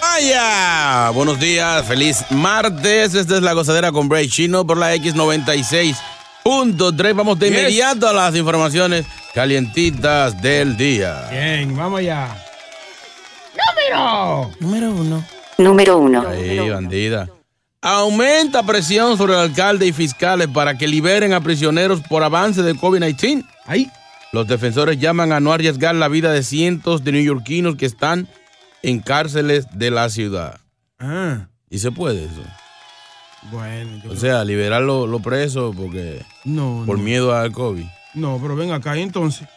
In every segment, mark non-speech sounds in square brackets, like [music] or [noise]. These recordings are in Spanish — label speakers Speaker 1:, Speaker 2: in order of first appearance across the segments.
Speaker 1: Vaya, buenos días, feliz martes. Esta es la gozadera con Bray Chino por la X96.3. Vamos de
Speaker 2: Yes.
Speaker 1: inmediato a las informaciones calientitas del día.
Speaker 2: Bien, vamos allá. ¡Número!
Speaker 1: Número uno.
Speaker 3: Número uno.
Speaker 1: Ahí, bandida. Aumenta presión sobre el alcalde y fiscales para que liberen a prisioneros por avance de COVID-19.
Speaker 2: Ahí.
Speaker 1: Los defensores llaman a no arriesgar la vida de cientos de neoyorquinos que están en cárceles de la ciudad.
Speaker 2: Ah,
Speaker 1: ¿Y se puede eso?
Speaker 2: bueno. yo
Speaker 1: O
Speaker 2: creo-
Speaker 1: sea, liberar los presos porque
Speaker 2: no,
Speaker 1: por
Speaker 2: no.
Speaker 1: miedo al COVID.
Speaker 2: No, pero ven acá entonces.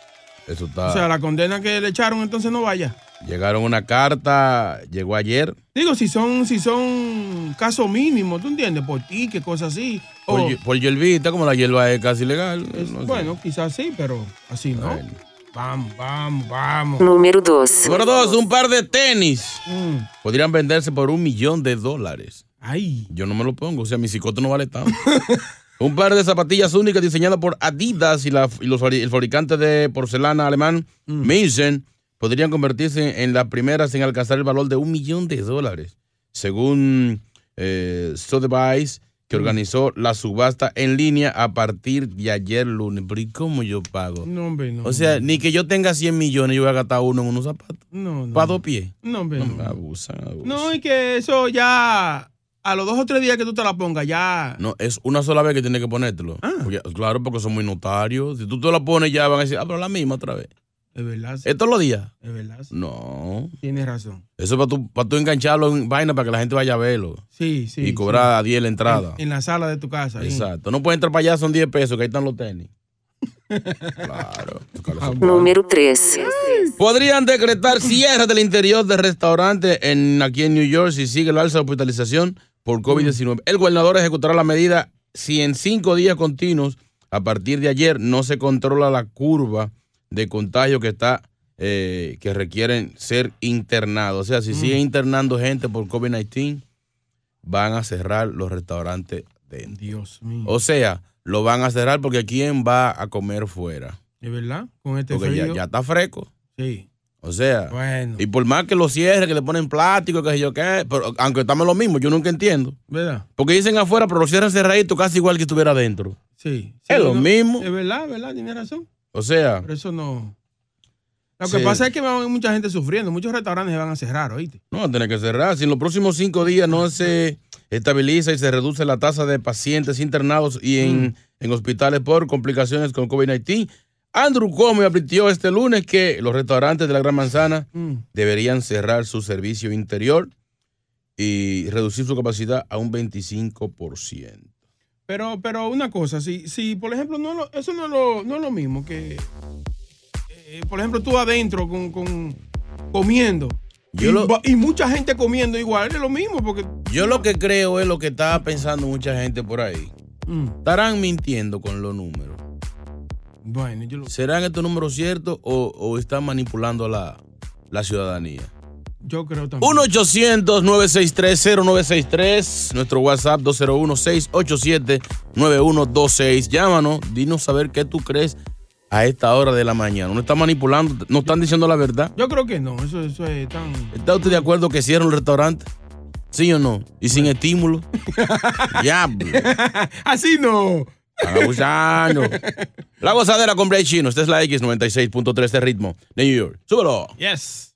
Speaker 1: Eso está.
Speaker 2: O sea, la condena que le echaron, entonces no vaya.
Speaker 1: Llegaron una carta, llegó ayer.
Speaker 2: Digo, si son, si son casos mínimos, ¿tú entiendes? Por ti, qué cosas así. O-
Speaker 1: Por, ye- por hierbita, como la hierba es casi legal.
Speaker 2: Oh. es-
Speaker 1: no sé.
Speaker 2: bueno, quizás sí, pero así no.
Speaker 1: Bueno.
Speaker 2: Vamos, vamos, vamos.
Speaker 3: Número dos.
Speaker 1: Número dos, un par de tenis.
Speaker 2: Mm,
Speaker 1: Podrían venderse por un millón de dólares.
Speaker 2: Ay,
Speaker 1: Yo no me lo pongo, o sea, mi psicote no vale tanto. [laughs] un par de zapatillas únicas diseñadas por Adidas y, la- y los, fabri- el fabricante de porcelana alemán,
Speaker 2: Mm.
Speaker 1: Meissen, podrían convertirse en las primeras en alcanzar el valor de un millón de dólares, según eh, Sotheby's, que
Speaker 2: Mm.
Speaker 1: organizó la subasta en línea a partir de ayer lunes. Pero ¿y cómo yo pago?
Speaker 2: no, hombre, no.
Speaker 1: O sea, ni que yo tenga 100 millones, yo voy a gastar uno en unos zapatos.
Speaker 2: no, no.
Speaker 1: Para dos pies.
Speaker 2: No, hombre,
Speaker 1: No,
Speaker 2: no.
Speaker 1: abusan, abusan.
Speaker 2: No, y que eso ya, a los dos o tres días que tú te la pongas, ya.
Speaker 1: No, es una sola vez que tienes que ponértelo.
Speaker 2: Ah.
Speaker 1: Porque, claro, porque son muy notarios. Si tú te lo pones, ya van a decir, ah, pero la misma otra vez.
Speaker 2: Es verdad, sí,
Speaker 1: ¿Esto los días?
Speaker 2: es verdad. sí.
Speaker 1: No.
Speaker 2: Tienes razón.
Speaker 1: Eso es para tú, para tú engancharlo en vaina para que la gente vaya a verlo.
Speaker 2: Sí, sí.
Speaker 1: y
Speaker 2: sí.
Speaker 1: cobrar a 10 la entrada.
Speaker 2: En, en la sala de tu casa. ahí.
Speaker 1: Exacto. No puedes entrar para allá, son 10 pesos, que ahí están
Speaker 2: [laughs]
Speaker 1: los tenis. claro.
Speaker 2: Ah,
Speaker 1: Los calzones.
Speaker 3: Número tres.
Speaker 1: Podrían decretar cierre del interior de restaurantes en, aquí en New York si sigue el alza de hospitalización por COVID-19. El gobernador ejecutará la medida si en cinco días continuos, a partir de ayer, no se controla la curva de contagio que está eh, que requieren ser internados. O sea, si siguen internando gente por COVID-19, van a cerrar los restaurantes dentro.
Speaker 2: Dios mío.
Speaker 1: O sea, lo van a cerrar porque ¿quién va a comer fuera?
Speaker 2: ¿De verdad? Con este
Speaker 1: Porque ya,
Speaker 2: frío.
Speaker 1: ya está fresco.
Speaker 2: Sí.
Speaker 1: O sea,
Speaker 2: Bueno.
Speaker 1: y por más que lo cierren, que le ponen plástico, que sé yo qué, pero aunque estamos lo mismo, yo nunca entiendo.
Speaker 2: ¿Verdad?
Speaker 1: Porque dicen afuera, pero lo cierran cerradito casi igual que estuviera adentro.
Speaker 2: Sí. Sí,
Speaker 1: Es lo
Speaker 2: no.
Speaker 1: mismo.
Speaker 2: Es verdad, verdad, tienes razón.
Speaker 1: O sea,
Speaker 2: Pero eso no. Lo que
Speaker 1: Sí.
Speaker 2: pasa es que va a haber mucha gente sufriendo. Muchos restaurantes se van a cerrar, ¿oíste?
Speaker 1: no van a tener que cerrar. Si en los próximos cinco días no se estabiliza y se reduce la tasa de pacientes internados y
Speaker 2: Mm.
Speaker 1: en, en hospitales por complicaciones con COVID-19, Andrew Cuomo advirtió este lunes que los restaurantes de la Gran Manzana
Speaker 2: Mm.
Speaker 1: deberían cerrar su servicio interior y reducir su capacidad a un 25%.
Speaker 2: Pero, pero una cosa, si, si por ejemplo, no lo- eso no es lo, no es lo mismo que. eh, por ejemplo, tú adentro con, con- comiendo.
Speaker 1: Yo
Speaker 2: y,
Speaker 1: lo-
Speaker 2: va- y mucha gente comiendo igual, es lo mismo, porque.
Speaker 1: Yo lo que creo es lo que estaba pensando mucha gente por ahí.
Speaker 2: Mm,
Speaker 1: ¿Estarán mintiendo con los números?
Speaker 2: bueno, yo lo.
Speaker 1: ¿Serán estos números ciertos o, o están manipulando a la, la ciudadanía?
Speaker 2: Yo creo también.
Speaker 1: 1-800-963-0963, nuestro WhatsApp 201-687-9126. Llámanos, dinos saber qué tú crees a esta hora de la mañana. ¿No están manipulando? ¿No están diciendo la verdad?
Speaker 2: Yo creo que no, eso, eso es tan.
Speaker 1: ¿Está usted de acuerdo que cierren el restaurante? ¿Sí o no? ¿Y
Speaker 2: [laughs]
Speaker 1: sin estímulo? ya.
Speaker 2: Así no.
Speaker 1: Están abusando. La gozadera con Blake Chino. Esta es la X96.3 de ritmo de New York. Súbelo.
Speaker 2: Yes.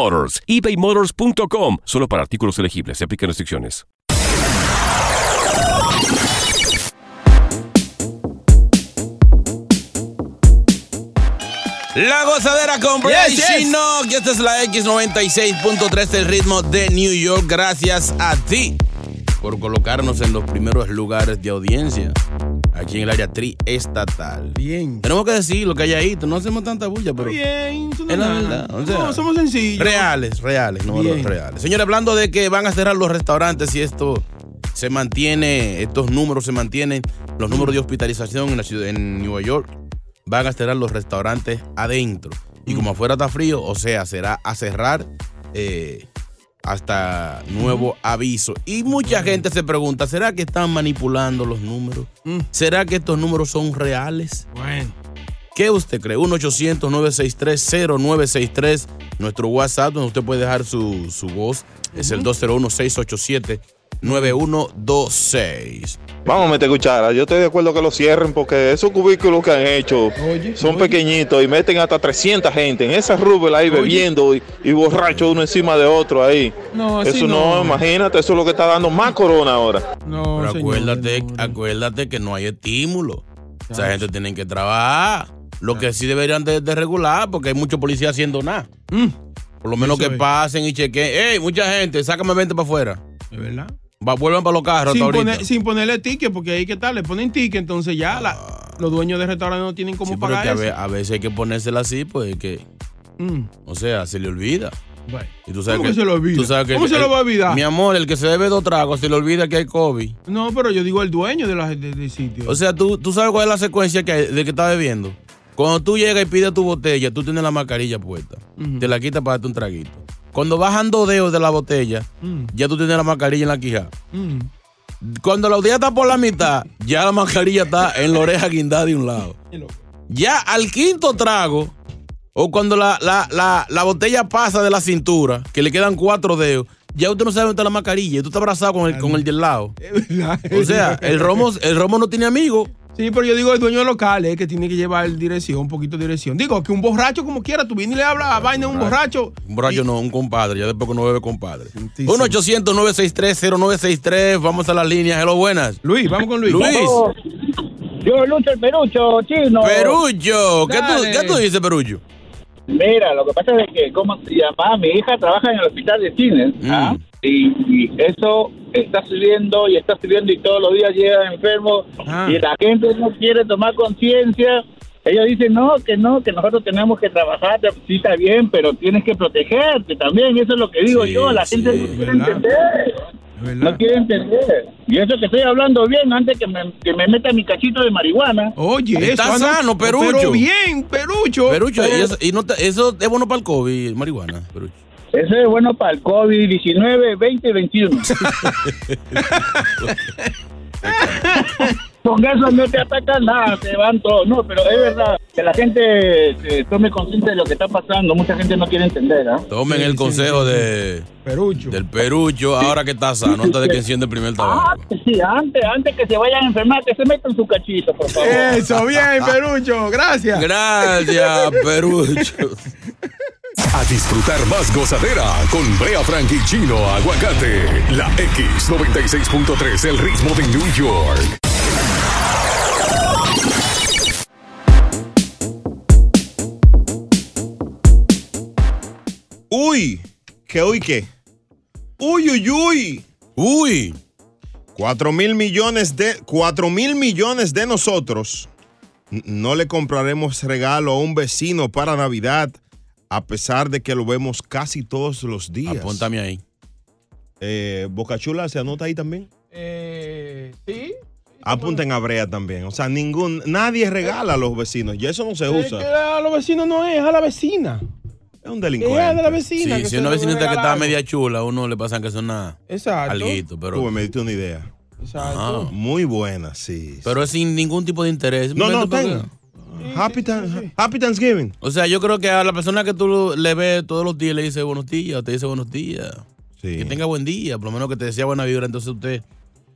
Speaker 4: ebaymotors.com. Solo para artículos elegibles. Se aplican restricciones.
Speaker 1: La gozadera con Brian Chino, que esta es la X96.3 del ritmo de New York. Gracias a ti por colocarnos en los primeros lugares de audiencia aquí en el área triestatal.
Speaker 2: Bien.
Speaker 1: Tenemos que decir lo que hay ahí, no hacemos tanta bulla, pero
Speaker 2: Bien, tú no
Speaker 1: es la
Speaker 2: ganas.
Speaker 1: verdad, o sea,
Speaker 2: no, somos sencillos.
Speaker 1: reales, reales, no
Speaker 2: Bien.
Speaker 1: reales. Señores, hablando de que van a cerrar los restaurantes y esto se mantiene, estos números se mantienen, los números de hospitalización en la ciudad, en Nueva York, van a cerrar los restaurantes adentro. Y
Speaker 2: Mm.
Speaker 1: como afuera está frío, o sea, será a cerrar eh, hasta
Speaker 2: Mm.
Speaker 1: nuevo aviso. Y mucha gente se pregunta, ¿será que están manipulando los números?
Speaker 2: Mm.
Speaker 1: ¿Será que estos números son reales?
Speaker 2: Bueno.
Speaker 1: ¿Qué usted cree? 1-800-963-0963, nuestro WhatsApp, donde usted puede dejar su, su voz. Es el 201-687-9126.
Speaker 5: Vamos a meter cuchara. Yo estoy de acuerdo que lo cierren porque esos cubículos que han hecho
Speaker 2: Oye,
Speaker 5: son
Speaker 2: oye.
Speaker 5: pequeñitos y meten hasta 300 gente en esas rubel ahí bebiendo y, y borracho uno encima de otro ahí.
Speaker 2: No, así
Speaker 5: eso no,
Speaker 2: no.
Speaker 5: imagínate, eso es lo que está dando más corona ahora.
Speaker 2: No,
Speaker 1: Pero
Speaker 2: señor,
Speaker 1: acuérdate,
Speaker 2: no, no.
Speaker 1: acuérdate que no hay estímulo. Esa
Speaker 2: Ya.
Speaker 1: gente tiene que trabajar. Lo que sí deberían de, de regular, porque hay muchos policías haciendo nada.
Speaker 2: Mm,
Speaker 1: Por lo menos
Speaker 2: Eso
Speaker 1: que
Speaker 2: es.
Speaker 1: pasen y chequen. ¡Ey, mucha gente! Sácame 20 para afuera.
Speaker 2: ¿De verdad?
Speaker 1: Va, vuelvan para los carros
Speaker 2: Sin,
Speaker 1: hasta
Speaker 2: poner-
Speaker 1: ahorita.
Speaker 2: sin ponerle ticket, porque ahí que tal, le ponen ticket, entonces ya la- los dueños de restaurantes no tienen cómo
Speaker 1: Sí, pero
Speaker 2: pagar
Speaker 1: que a,
Speaker 2: eso.
Speaker 1: ve- a veces hay que ponérsela así, pues que,
Speaker 2: Mm,
Speaker 1: o sea, se le olvida.
Speaker 2: bueno.
Speaker 1: Y tú sabes
Speaker 2: ¿Cómo que se lo olvida?
Speaker 1: tú sabes que
Speaker 2: ¿Cómo se
Speaker 1: el-
Speaker 2: lo va a olvidar?
Speaker 1: Mi amor, el que se bebe dos tragos se le olvida que hay COVID.
Speaker 2: No, pero yo digo el dueño de la- de- del sitio.
Speaker 1: O sea, tú, tú sabes cuál es la secuencia que, de que estás bebiendo. Cuando tú llegas y pides tu botella, tú tienes la mascarilla puesta.
Speaker 2: Ujú.
Speaker 1: Te la quitas para darte un traguito. Cuando bajan dos dedos de la botella,
Speaker 2: Mm,
Speaker 1: ya tú tienes la mascarilla en la quijada.
Speaker 2: mm.
Speaker 1: Cuando la botella está por la mitad, ya la mascarilla está en la oreja guindada de un lado.
Speaker 2: Qué loco.
Speaker 1: Ya al quinto trago, o cuando la, la- la- la botella pasa de la cintura, que le quedan cuatro dedos, ya usted no sabe dónde está la mascarilla, y tú estás abrazado con el, con el del lado.
Speaker 2: Es verdad.
Speaker 1: O
Speaker 2: [laughs]
Speaker 1: sea, el romo, el romo no tiene amigos.
Speaker 2: Sí, pero yo digo el dueño local es que tiene que llevar dirección, un poquito de dirección. Digo, que un borracho como quiera, tú vienes y le hablas a vaina a un borracho.
Speaker 1: Un borracho no, un compadre, ya después que uno bebe compadre.
Speaker 2: Santísimo.
Speaker 1: 1-800-963-0963, vamos a las líneas, hello, buenas.
Speaker 2: Luis, vamos con Luis.
Speaker 1: Luis,
Speaker 6: Yo lucho el perucho, chino.
Speaker 1: Perullo, ¿qué tú,
Speaker 2: Dale.
Speaker 1: ¿qué tú dices, Perullo?
Speaker 6: Mira, lo que pasa es que, como se llama? Mi hija trabaja en el hospital de cine. ¿ah?
Speaker 1: Mm.
Speaker 6: Y, y eso está subiendo y está subiendo y todos los días llegan enfermos
Speaker 2: Ah.
Speaker 6: y la gente no quiere tomar conciencia. Ellos dicen, no, que no, que nosotros tenemos que trabajar, te- sí está bien, pero tienes que protegerte también. Eso es lo que digo
Speaker 1: Sí,
Speaker 6: yo, la
Speaker 1: sí,
Speaker 6: gente no quiere
Speaker 2: ¿verdad?
Speaker 6: entender.
Speaker 2: Es verdad.
Speaker 6: No quiere entender. Y eso que estoy hablando bien antes que me, que me meta mi cachito de marihuana.
Speaker 2: Oye,
Speaker 1: Está
Speaker 2: eso, anda-
Speaker 1: sano, Perucho.
Speaker 2: Pero bien, Perucho.
Speaker 1: Perullo,
Speaker 2: Pero-
Speaker 1: y eso, y no te- eso es bueno para el COVID, marihuana, Perullo.
Speaker 6: Eso es bueno para el COVID-19, 20 y
Speaker 2: [laughs]
Speaker 6: 21. Con eso no te atacan nada, se van todos. No, pero es verdad que la gente eh, tome conciencia de lo que está pasando. Mucha gente no quiere entender, ¿ah?
Speaker 1: Tomen
Speaker 2: Sí,
Speaker 1: el
Speaker 2: sí,
Speaker 1: consejo
Speaker 2: sí, sí.
Speaker 1: de...
Speaker 2: Perucho.
Speaker 1: Del Perullo, ahora que está sano, antes de que encienda el primer
Speaker 6: Ah,
Speaker 1: tabaco.
Speaker 6: sí, antes, antes que se vayan a enfermar, que se metan su cachito, por favor.
Speaker 2: Eso,
Speaker 1: [laughs]
Speaker 2: bien, Perucho. Gracias.
Speaker 1: Gracias, Perullo.
Speaker 7: A disfrutar más gozadera con Brea Frank y Chino Aguacate. La X96.3, el ritmo de New York.
Speaker 8: Uy, ¿qué hoy qué? Uy, uy, uy.
Speaker 1: Uy,
Speaker 8: 4 mil millones de, cuatro mil millones de nosotros n- no le compraremos regalo a un vecino para Navidad, a pesar de que lo vemos casi todos los días.
Speaker 1: apóntame ahí.
Speaker 8: Eh, Bocachula se anota ahí también.
Speaker 2: Eh, sí.
Speaker 8: Apunten a Brea también. O sea, ningún, nadie regala a los vecinos. Y eso no se
Speaker 2: Es que
Speaker 8: usa.
Speaker 2: a los vecinos no es, a la vecina.
Speaker 8: Es un
Speaker 2: delincuente. Es de la vecina
Speaker 1: Sí,
Speaker 2: que
Speaker 1: si
Speaker 2: se
Speaker 1: una
Speaker 2: le
Speaker 1: vecinita que
Speaker 2: regala
Speaker 1: está
Speaker 2: algo.
Speaker 1: media chula, a uno le pasan que son nada.
Speaker 2: Exacto.
Speaker 1: Alguito, pero.
Speaker 8: Tú me diste una idea.
Speaker 1: Ajá.
Speaker 8: Muy buena, sí.
Speaker 1: Pero es sin ningún tipo de interés.
Speaker 8: No, no,
Speaker 1: simplemente
Speaker 8: tengo. Happy, Thank- Happy Thanksgiving.
Speaker 1: O sea, yo creo que a la persona que tú le ves todos los días le dice buenos días, o te dice buenos días. Que tenga buen día, por lo menos que te decía buena vibra. Entonces usted,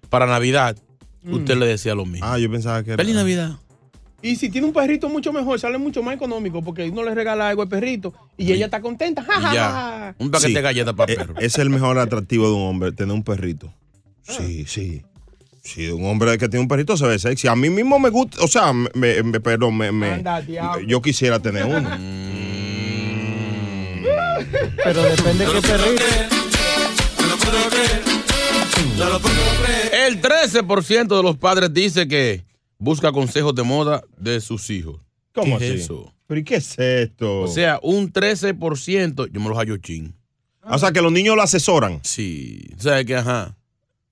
Speaker 1: para Navidad,
Speaker 2: Mm.
Speaker 1: usted le decía lo mismo.
Speaker 8: Ah, yo pensaba que era.
Speaker 1: Feliz Navidad.
Speaker 2: Y si tiene un perrito mucho mejor, sale mucho más económico porque uno le regala algo al perrito y ella está contenta. Ja, ja, ja, ja.
Speaker 1: Un paquete
Speaker 8: Sí. Eh,
Speaker 1: de galletas para perro.
Speaker 8: Es el mejor atractivo de un hombre, tener un perrito. Sí, sí. Sí, un hombre que tiene un perrito se ve sexy. A mí mismo me gusta, o sea, me, me- me- perdón, me, me-
Speaker 2: Anda, diablo.
Speaker 8: yo quisiera tener uno.
Speaker 2: Pero depende qué perrito.
Speaker 1: El 13% de los padres dice que busca consejos de moda de sus hijos.
Speaker 8: [laughs] ¿Cómo
Speaker 1: ¿Qué es
Speaker 8: así?
Speaker 1: eso?
Speaker 8: ¿Pero y qué es esto?
Speaker 1: O sea, un 13%, yo me los hallo chin.
Speaker 8: Ah. O sea, que los niños lo asesoran.
Speaker 1: Sí, o sea que ajá.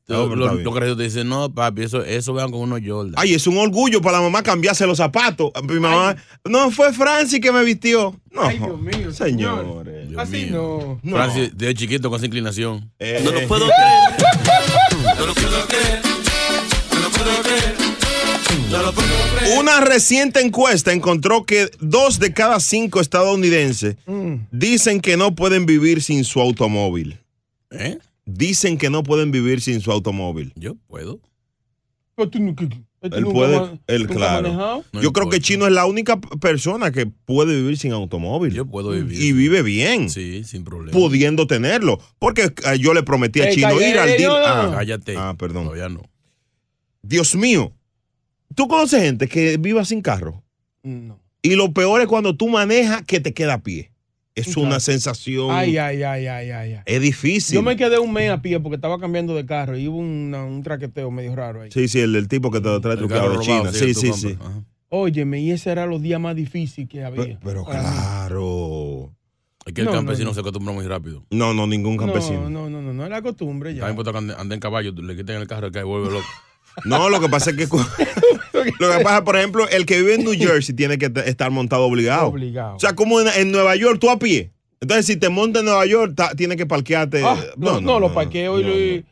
Speaker 8: No,
Speaker 1: Lo-
Speaker 8: pero
Speaker 1: lo-
Speaker 8: está
Speaker 1: Los
Speaker 8: bien.
Speaker 1: carritos te dicen, no, papi, eso, eso vean con unos Jordan.
Speaker 8: Ay, es un orgullo para la mamá cambiarse los zapatos. Mi mamá, no, fue Francis que me vistió. No,
Speaker 2: Ay, Dios mío,
Speaker 8: señores.
Speaker 1: Dios
Speaker 2: Así
Speaker 1: mío.
Speaker 2: no.
Speaker 8: No.
Speaker 1: Francis, de chiquito con esa inclinación.
Speaker 8: Eh,
Speaker 9: No
Speaker 8: [laughs]
Speaker 9: lo puedo creer. No lo puedo creer. No lo puedo creer. No lo puedo creer.
Speaker 8: Una reciente encuesta encontró que dos de cada cinco estadounidenses
Speaker 2: Mm.
Speaker 8: dicen que no pueden vivir sin su automóvil.
Speaker 1: ¿Eh?
Speaker 8: Dicen que no pueden vivir sin su automóvil.
Speaker 1: Yo puedo.
Speaker 2: Pero tú nunca- tú
Speaker 8: Él
Speaker 2: nunca
Speaker 8: puede,
Speaker 2: ma-
Speaker 8: él
Speaker 2: nunca
Speaker 8: claro.
Speaker 2: manejado.
Speaker 1: No
Speaker 8: Yo creo que
Speaker 1: importa.
Speaker 8: Chino es la única p- persona que puede vivir sin automóvil.
Speaker 1: Yo puedo vivir.
Speaker 8: Y vive bien,
Speaker 1: Sí, sin problema.
Speaker 8: pudiendo tenerlo. Porque eh, yo le prometí a
Speaker 2: Eh,
Speaker 8: Chino
Speaker 2: cállate,
Speaker 8: ir al
Speaker 2: eh,
Speaker 8: deal-
Speaker 2: no, no,
Speaker 8: Ah,
Speaker 2: no.
Speaker 1: Cállate.
Speaker 8: ah, perdón.
Speaker 1: Todavía no.
Speaker 8: Dios mío, tú conoces gente que viva sin carro.
Speaker 2: No.
Speaker 8: Y lo peor es cuando tú manejas que te queda a pie. Es una sensación.
Speaker 2: Ay, ay, ay, ay, ay, ay.
Speaker 8: Es difícil.
Speaker 2: Yo me quedé un mes a pie porque estaba cambiando de carro y hubo una- un traqueteo medio raro ahí.
Speaker 8: Sí, sí, el, el tipo que te lo trae tu
Speaker 1: El carro
Speaker 8: carro de China.
Speaker 1: robado,
Speaker 8: Sí,
Speaker 1: tú
Speaker 8: sí,
Speaker 1: compras.
Speaker 8: sí.
Speaker 1: Ajá.
Speaker 2: Óyeme, y ese era los días más difíciles que había.
Speaker 8: Pe- Pero
Speaker 2: para mí.
Speaker 8: claro.
Speaker 1: Es que el
Speaker 2: No, no,
Speaker 1: campesino
Speaker 2: no.
Speaker 1: se acostumbra muy rápido.
Speaker 8: No, no, ningún
Speaker 2: No,
Speaker 8: campesino. No,
Speaker 2: no, no, no, no es la costumbre ya.
Speaker 1: También importa que ande, ande en caballo, le quiten el carro y cae, vuelve loco.
Speaker 8: lo que pasa es
Speaker 2: [laughs]
Speaker 8: que. cu- lo que pasa, por ejemplo, el que vive en New Jersey tiene que te- estar montado obligado.
Speaker 2: Obligado.
Speaker 8: O sea, como en, en Nueva York, tú a pie. Entonces, si te montas en Nueva York, ta- tienes que parquearte.
Speaker 2: Ah, no, no, los parqueos y,
Speaker 8: no, no.
Speaker 2: y-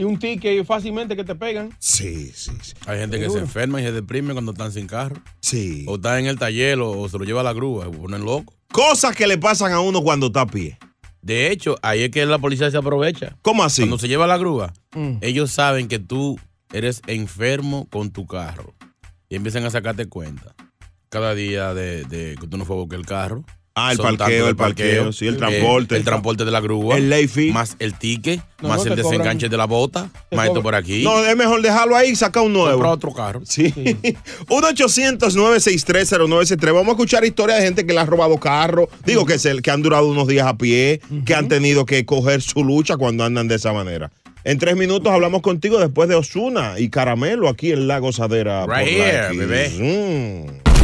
Speaker 2: y un ticket fácilmente que te pegan.
Speaker 8: Sí, sí, sí.
Speaker 1: Hay gente que se enferma y se deprime cuando están sin carro.
Speaker 8: sí.
Speaker 1: O están en el taller o, o se lo lleva a la grúa, se ponen loco.
Speaker 8: Cosas que le pasan a uno cuando está a pie.
Speaker 1: De hecho, ahí es que la policía se aprovecha.
Speaker 8: ¿Cómo así?
Speaker 1: Cuando se lleva la grúa,
Speaker 2: Mm.
Speaker 1: ellos saben que tú eres enfermo con tu carro. Y empiezan a sacarte cuenta. Cada día de, de que tú no fue a buscar el carro.
Speaker 8: Ah, el
Speaker 1: Son tanto
Speaker 8: parqueo,
Speaker 1: de
Speaker 8: el parqueo, sí, el transporte.
Speaker 1: El transporte de la grúa.
Speaker 8: El late fee.
Speaker 1: Más el ticket,
Speaker 2: No,
Speaker 1: más
Speaker 2: no,
Speaker 1: el
Speaker 2: te cobran-
Speaker 1: desenganche de la bota, más esto
Speaker 2: cobran-
Speaker 1: por aquí.
Speaker 8: No, es mejor dejarlo ahí y sacar un nuevo.
Speaker 1: Compra otro carro.
Speaker 8: Sí. [laughs] 1-800-963-0963. Vamos a escuchar historias de gente que le ha robado carros. Digo que, se, que han durado unos días a pie, que han tenido que coger su lucha cuando andan de esa manera. En tres minutos hablamos contigo después de Osuna y Caramelo aquí en La Gozadera. por
Speaker 1: Right
Speaker 8: la
Speaker 1: here,
Speaker 8: X.
Speaker 1: bebé.
Speaker 8: Mm.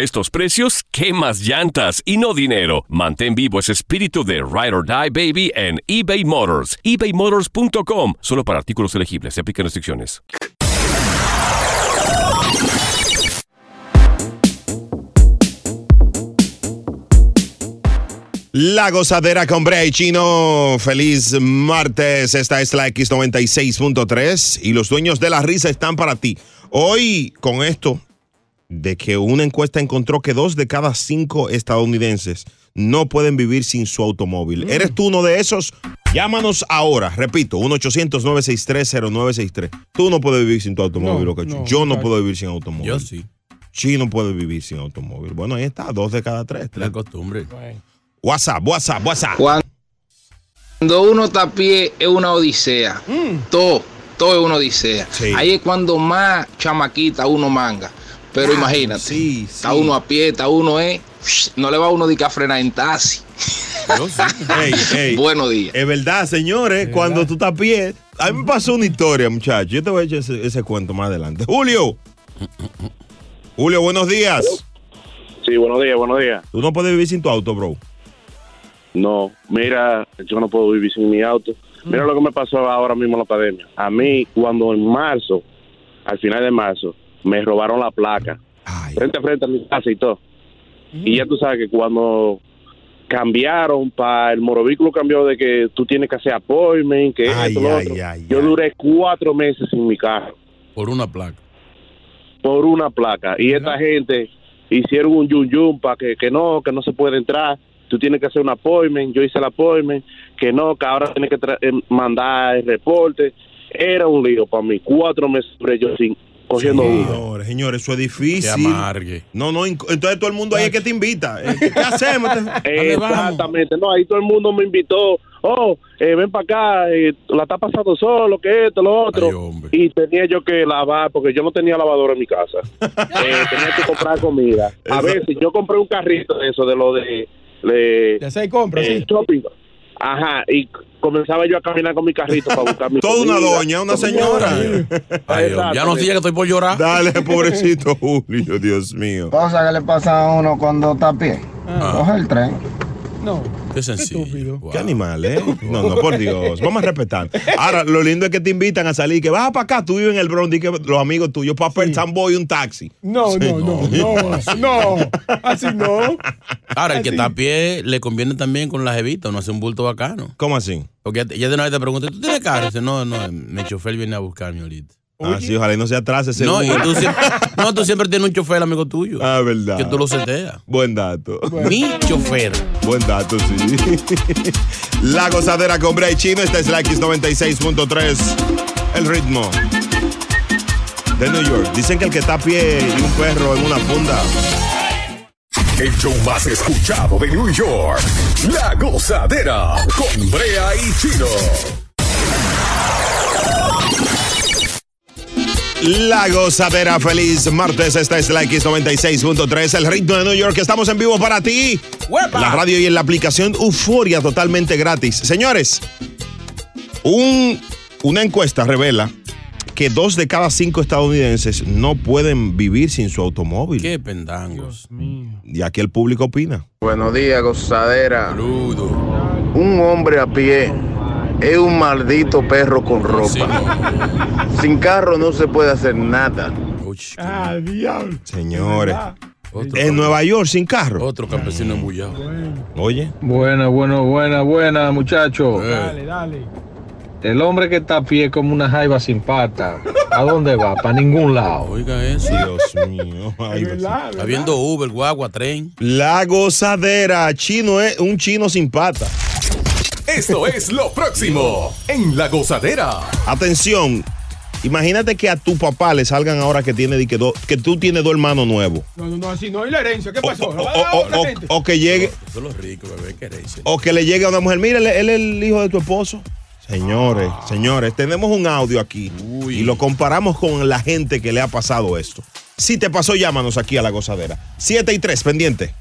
Speaker 4: estos precios, ¿qué más llantas y no dinero? Mantén vivo ese espíritu de Ride or Die Baby en eBay Motors. ebaymotors.com. Solo para artículos elegibles. Se aplican restricciones.
Speaker 8: La gozadera con Brea y Chino. Feliz martes. Esta es la X96.3 y los dueños de la risa están para ti. Hoy, con esto de que una encuesta encontró que dos de cada cinco estadounidenses no pueden vivir sin su automóvil.
Speaker 2: Mm.
Speaker 8: ¿Eres tú uno de esos? Llámanos ahora. Repito, 1-800-963-0963. Tú no puedes vivir sin tu automóvil,
Speaker 2: No,
Speaker 8: locacho.
Speaker 2: no,
Speaker 8: Yo no
Speaker 2: claro.
Speaker 8: puedo vivir sin automóvil.
Speaker 1: Yo sí,
Speaker 8: Chino puede vivir sin automóvil. Bueno, ahí está, dos de cada tres.
Speaker 1: la costumbre.
Speaker 8: WhatsApp, WhatsApp, WhatsApp.
Speaker 10: Cuando uno está a pie es una odisea. Todo, todo es una odisea.
Speaker 8: Mm. Sí.
Speaker 10: Ahí es cuando más chamaquita uno manga. Pero
Speaker 8: Ah,
Speaker 10: imagínate,
Speaker 8: sí,
Speaker 10: está
Speaker 8: sí.
Speaker 10: uno a pie, está uno es no le va a uno de que a frenar en taxi. [laughs] Buenos días.
Speaker 8: Es verdad, señores, cuando tú estás a pie. A mí me pasó una historia, muchachos. Yo te voy a echar ese, ese cuento más adelante. Julio. Julio, buenos días.
Speaker 11: Sí, buenos días, buenos días.
Speaker 8: Tú no puedes vivir sin tu auto, bro.
Speaker 11: No, mira, yo no puedo vivir sin mi auto. Mira lo que me pasó ahora mismo en la pandemia. A mí, cuando en marzo, al final de marzo, me robaron la placa. Frente a frente a mi casa y todo. Y ya tú sabes que cuando cambiaron para el morovehículo cambió de que tú tienes que hacer appointment, que esto, lo otro. Yo duré cuatro meses sin mi carro.
Speaker 1: Por una placa.
Speaker 11: por una placa. Y esta gente hicieron un yun yun para que, que no, que no se puede entrar. Tú tienes que hacer un appointment. Yo hice el appointment. Que no, que ahora tienes que tra- eh, mandar el reporte. Era un lío para mí. Cuatro meses duré yo sin cogiendo uno.
Speaker 8: Señores, señores, eso es difícil. No, no, inc- entonces todo el mundo ahí es que te invita. Eh, ¿Qué hacemos?
Speaker 11: Exactamente. No, ahí todo el mundo me invitó. Oh, eh, ven para acá. eh, la está pasando solo, que esto, lo otro. y tenía yo que lavar porque yo no tenía lavadora en mi casa. Eh, tenía que comprar comida. A veces yo compré un carrito de eso, de lo de... De,
Speaker 2: De hacer compras,
Speaker 11: eh,
Speaker 2: sí.
Speaker 11: shopping. Ajá, y c- comenzaba yo a caminar con mi carrito para buscar
Speaker 8: [laughs]
Speaker 11: mi
Speaker 8: Toda una
Speaker 11: comida.
Speaker 8: doña, una señora.
Speaker 1: ya no diga que estoy por llorar.
Speaker 8: Dale, pobrecito Julio, Dios mío.
Speaker 12: Cosa que le pasa a uno cuando está a pie. Coge el tren.
Speaker 2: No.
Speaker 1: Qué sencillo.
Speaker 8: Qué animal,
Speaker 1: [laughs]
Speaker 8: ¿eh? No, no, por Dios. Vamos a respetar. Ahora, lo lindo es que te invitan a salir, que vas para acá, tú vives en el Bronx, y que los amigos tuyos, para Sambo y un taxi.
Speaker 2: No,
Speaker 8: [laughs]
Speaker 2: no, no, no, no, así no.
Speaker 1: Ahora,
Speaker 8: ¿Ah,
Speaker 1: el que está a pie le conviene también con la jevita, no hace un bulto bacano.
Speaker 8: ¿Cómo así?
Speaker 1: Porque ya de una vez te pregunta, ¿tú tienes carro? Dice, no, no, mi chofer viene a buscarme ahorita.
Speaker 8: Ah, sí, ojalá y no se atrase ese
Speaker 1: No, y
Speaker 8: Uber.
Speaker 1: tú siempre,
Speaker 8: [laughs]
Speaker 1: no, tú siempre tienes un chofer amigo tuyo.
Speaker 8: Ah, verdad.
Speaker 1: Que tú lo seteas.
Speaker 8: Buen dato.
Speaker 1: Mi chofer.
Speaker 8: Buen dato, sí. [laughs] La gozadera con Bray Chino. Esta es la X96.3. El ritmo de New York. Dicen que el que está a pie y un perro en una funda.
Speaker 7: El show más escuchado de New York. La gozadera con Brea y Chino.
Speaker 8: La gozadera feliz martes. Esta es la X96.3. El ritmo de New York. Estamos en vivo para ti. La radio y en la aplicación Euforia totalmente gratis. Señores, un- una encuesta revela que dos de cada cinco estadounidenses no pueden vivir sin su automóvil.
Speaker 1: Qué pendangos.
Speaker 8: Y aquí el público opina.
Speaker 13: Buenos días, gozadera. Un hombre a pie es un maldito perro con ropa. Sin carro no se puede hacer nada.
Speaker 2: Ah, diablo. Ah.
Speaker 8: Señores. En Nueva York sin carro.
Speaker 1: Otro campesino embullado.
Speaker 8: Oye.
Speaker 14: Buena, buena, buena, buena, muchacho.
Speaker 2: Dale, dale.
Speaker 14: El hombre que está a pie es como una jaiba sin pata. ¿A dónde va? Para ningún lado.
Speaker 1: Oiga eso.
Speaker 8: Dios mío.
Speaker 1: Habiendo Uber, guagua, tren.
Speaker 8: La gozadera. Chino es un chino sin pata.
Speaker 7: Esto es lo próximo en La Gozadera.
Speaker 8: Atención. Imagínate que a tu papá le salgan ahora que tiene di que, do- que tú tienes dos hermanos nuevos.
Speaker 2: No, no, no, así no. ¿Y la herencia? ¿Qué pasó? ¿La va a
Speaker 8: O,
Speaker 2: dar
Speaker 8: o-
Speaker 2: otra
Speaker 8: o-
Speaker 2: gente?
Speaker 8: o que llegue,
Speaker 1: Son los ricos, bebé, ¿qué herencia?
Speaker 8: o que le llegue a una mujer. Mira, él, él es el hijo de tu esposo. Señores,
Speaker 7: Ah.
Speaker 8: señores, tenemos un audio aquí y lo comparamos con la gente que le ha pasado esto. Si te pasó, llámanos aquí a la gozadera. 7 y 3, pendiente.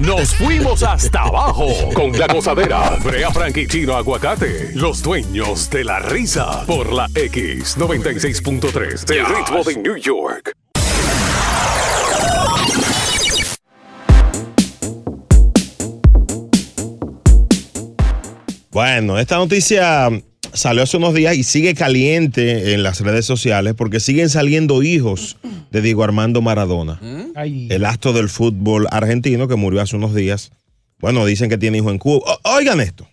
Speaker 7: Nos fuimos hasta abajo con La Gozadera. Brea Frank y Chino Aguacate. Los dueños de la risa. Por la X96.3. del ritmo de New York.
Speaker 8: Bueno, esta noticia salió hace unos días y sigue caliente en las redes sociales porque siguen saliendo hijos de Diego Armando Maradona,
Speaker 2: ¿Mm? Ay.
Speaker 8: el astro del fútbol argentino que murió hace unos días. Bueno, dicen que tiene hijo en Cuba. O- oigan esto.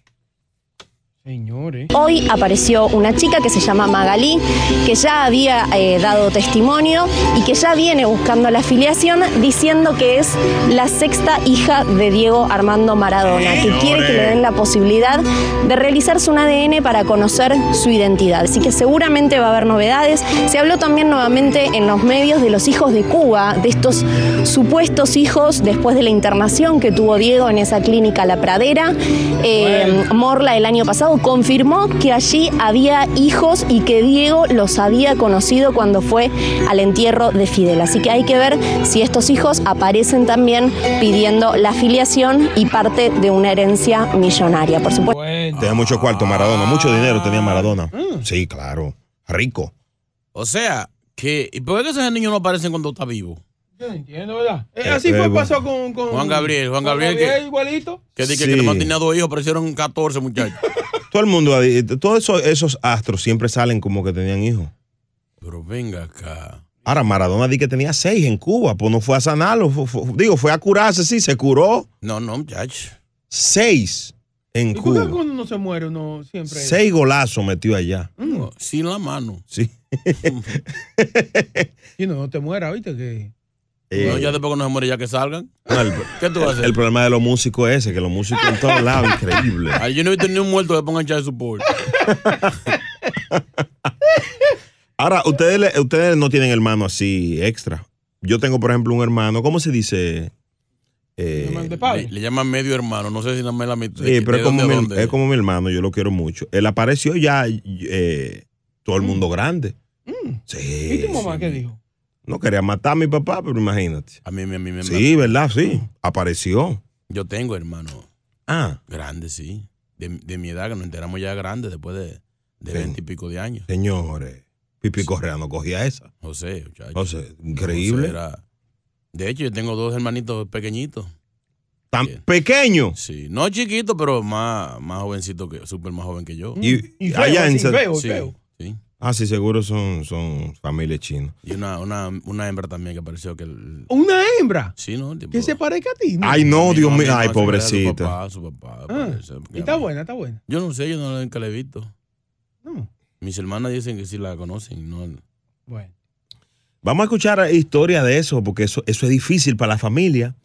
Speaker 15: Hoy apareció una chica que se llama Magalí, que ya había eh, dado testimonio y que ya viene buscando la afiliación diciendo que es la sexta hija de Diego Armando Maradona, que quiere que le den la posibilidad de realizarse un ADN para conocer su identidad. Así que seguramente va a haber novedades. Se habló también nuevamente en los medios de los hijos de Cuba, de estos supuestos hijos después de la internación que tuvo Diego en esa clínica La Pradera, eh, Em, Morla el año pasado, Gustavo confirmó que allí había hijos y que Diego los había conocido cuando fue al entierro de Fidel. Así que hay que ver si estos hijos aparecen también pidiendo la afiliación y parte de una herencia millonaria, por supuesto.
Speaker 8: Tenía mucho cuarto Maradona, mucho dinero tenía Maradona.
Speaker 1: Mm.
Speaker 8: Sí, claro. Rico.
Speaker 1: O sea, que, ¿y por qué esos niños no aparecen cuando está vivo?
Speaker 2: Yo no entiendo, ¿verdad? Eh,
Speaker 1: Eh,
Speaker 2: así
Speaker 1: eh,
Speaker 2: fue
Speaker 1: bueno.
Speaker 2: pasó con, con-
Speaker 1: Juan Gabriel, Juan Gabriel que-
Speaker 2: igualito.
Speaker 1: Que dije
Speaker 8: Sí.
Speaker 1: que no tenía dos hijos, aparecieron 14 muchachos.
Speaker 8: [laughs] Todo el mundo, eh, todos esos, esos astros siempre salen como que tenían hijos.
Speaker 1: Pero venga acá.
Speaker 8: Ahora, Maradona di que tenía seis en Cuba, pues no fue a sanarlo. fu- fu- digo, fue a curarse, sí, se curó.
Speaker 1: No, no, muchacho.
Speaker 8: Seis en
Speaker 2: ¿Y por qué
Speaker 8: Cuba.
Speaker 2: cuando uno se muere uno siempre? Mm.
Speaker 8: Seis golazos metió allá.
Speaker 1: No, Sin la mano. [laughs]
Speaker 8: Sí.
Speaker 2: Y no, no te mueras, ¿viste? Que...
Speaker 8: Eh,
Speaker 1: No, ya después que no se muere, ya que salgan.
Speaker 8: no, el,
Speaker 1: ¿Qué tú vas a hacer?
Speaker 8: el problema de los músicos es ese, que los músicos en todos lados, increíble.
Speaker 1: Ay, yo no he visto ni un muerto que pongan child support.
Speaker 8: Ahora, ustedes, le- ustedes no tienen hermano así extra. Yo tengo, por ejemplo, un hermano, ¿cómo se dice? Eh,
Speaker 1: Le, le llaman medio hermano, no sé si dame la mitad.
Speaker 8: Sí, pero
Speaker 1: ¿De
Speaker 8: es como, eh.
Speaker 1: dónde a
Speaker 8: mi,
Speaker 1: dónde?
Speaker 8: es como mi hermano, yo lo quiero mucho. Él apareció ya eh,
Speaker 1: Mm.
Speaker 8: todo el mundo grande. Sí.
Speaker 2: ¿Y tu mamá qué dijo?
Speaker 8: No quería matar a mi papá, pero imagínate.
Speaker 1: A mí, a mí me
Speaker 8: Sí, ¿verdad? Sí. Apareció.
Speaker 1: Yo tengo hermano
Speaker 8: Ah,
Speaker 1: grande, sí. De, de mi edad, que nos enteramos ya grande después de, de 20 y pico de años.
Speaker 8: señores. Pipi Correa no cogía esa.
Speaker 1: José, muchacho.
Speaker 8: No sé, increíble.
Speaker 1: José era- De hecho, yo tengo dos hermanitos pequeñitos.
Speaker 8: ¿Tan pequeño?
Speaker 1: Sí, no chiquitos, pero más, más jovencito que, súper más joven que yo.
Speaker 8: Y- Mm, Y feo, allá en así, Sa- feo,
Speaker 1: Sí,
Speaker 8: feo.
Speaker 1: sí.
Speaker 8: Ah, sí, seguro son, son familia china.
Speaker 1: Y una, una, una hembra también que apareció que... el-
Speaker 2: ¿Una hembra?
Speaker 1: Sí, ¿no? Tipo-
Speaker 2: Que se parezca a ti.
Speaker 8: Ay, no, Dios
Speaker 1: No,
Speaker 8: mío.
Speaker 1: no,
Speaker 8: Ay,
Speaker 1: su
Speaker 8: pobrecita.
Speaker 1: papá, su papá,
Speaker 2: Ah,
Speaker 1: parece,
Speaker 2: y está buena, está buena.
Speaker 1: Yo no sé, yo no la nunca la he visto.
Speaker 2: No.
Speaker 1: Mis hermanas dicen que sí la conocen. No.
Speaker 2: Bueno.
Speaker 8: Vamos a escuchar historias de eso, porque eso, eso es difícil para la familia.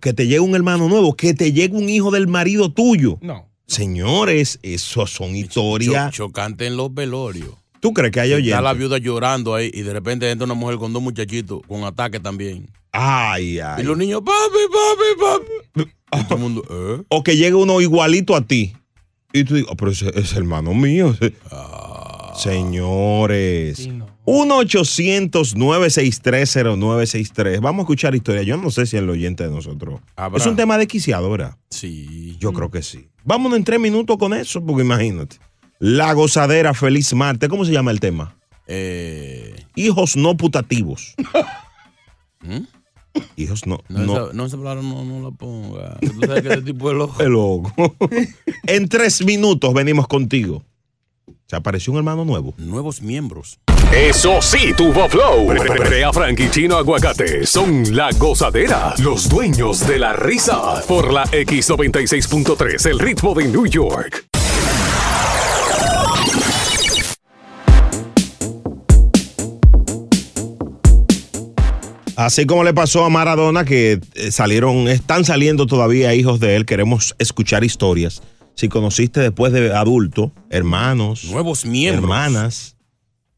Speaker 8: Que te llegue un hermano nuevo, que te llegue un hijo del marido tuyo.
Speaker 2: No.
Speaker 8: Señores, eso son
Speaker 1: Cho-
Speaker 8: historias.
Speaker 1: chocante en los velorios.
Speaker 8: ¿Tú crees que hay
Speaker 1: Está la
Speaker 8: oyentes?
Speaker 1: viuda llorando ahí y de repente entra una mujer con dos muchachitos con ataque también.
Speaker 8: Ay, ay.
Speaker 1: Y los niños, papi, papi, papi. Y todo el mundo, ¿eh?
Speaker 8: O que llegue uno igualito a ti. Y tú digas, "Ah, pero ese es hermano mío.
Speaker 1: Ah.
Speaker 8: Señores. 1-800-963-0963. Vamos a escuchar historia. Yo no sé si el oyente de nosotros.
Speaker 1: Habrá.
Speaker 8: Es un tema de quiciadora.
Speaker 1: Sí.
Speaker 8: Yo creo que sí. Vámonos en tres minutos con eso, porque imagínate. La gozadera, feliz martes. ¿Cómo se llama el tema?
Speaker 1: Eh,
Speaker 8: Hijos no putativos.
Speaker 1: [laughs] ¿Mm?
Speaker 8: Hijos no.
Speaker 1: no,
Speaker 8: no-
Speaker 1: Esa, no, esa palabra no, no la ponga. Tú sabes que ese tipo es loco.
Speaker 8: Es
Speaker 1: [laughs]
Speaker 8: loco. en tres minutos venimos contigo. Se apareció un hermano nuevo.
Speaker 1: Nuevos miembros.
Speaker 7: Eso sí, tuvo flow. Brea Frank y Chino Aguacate son la gozadera, los dueños de la risa. Por la X96.3, el ritmo de New York.
Speaker 8: Así como le pasó a Maradona, que eh, salieron, están saliendo todavía hijos de él. Queremos escuchar historias. Si conociste después de adulto, hermanos,
Speaker 1: Nuevos miembros.
Speaker 8: hermanas,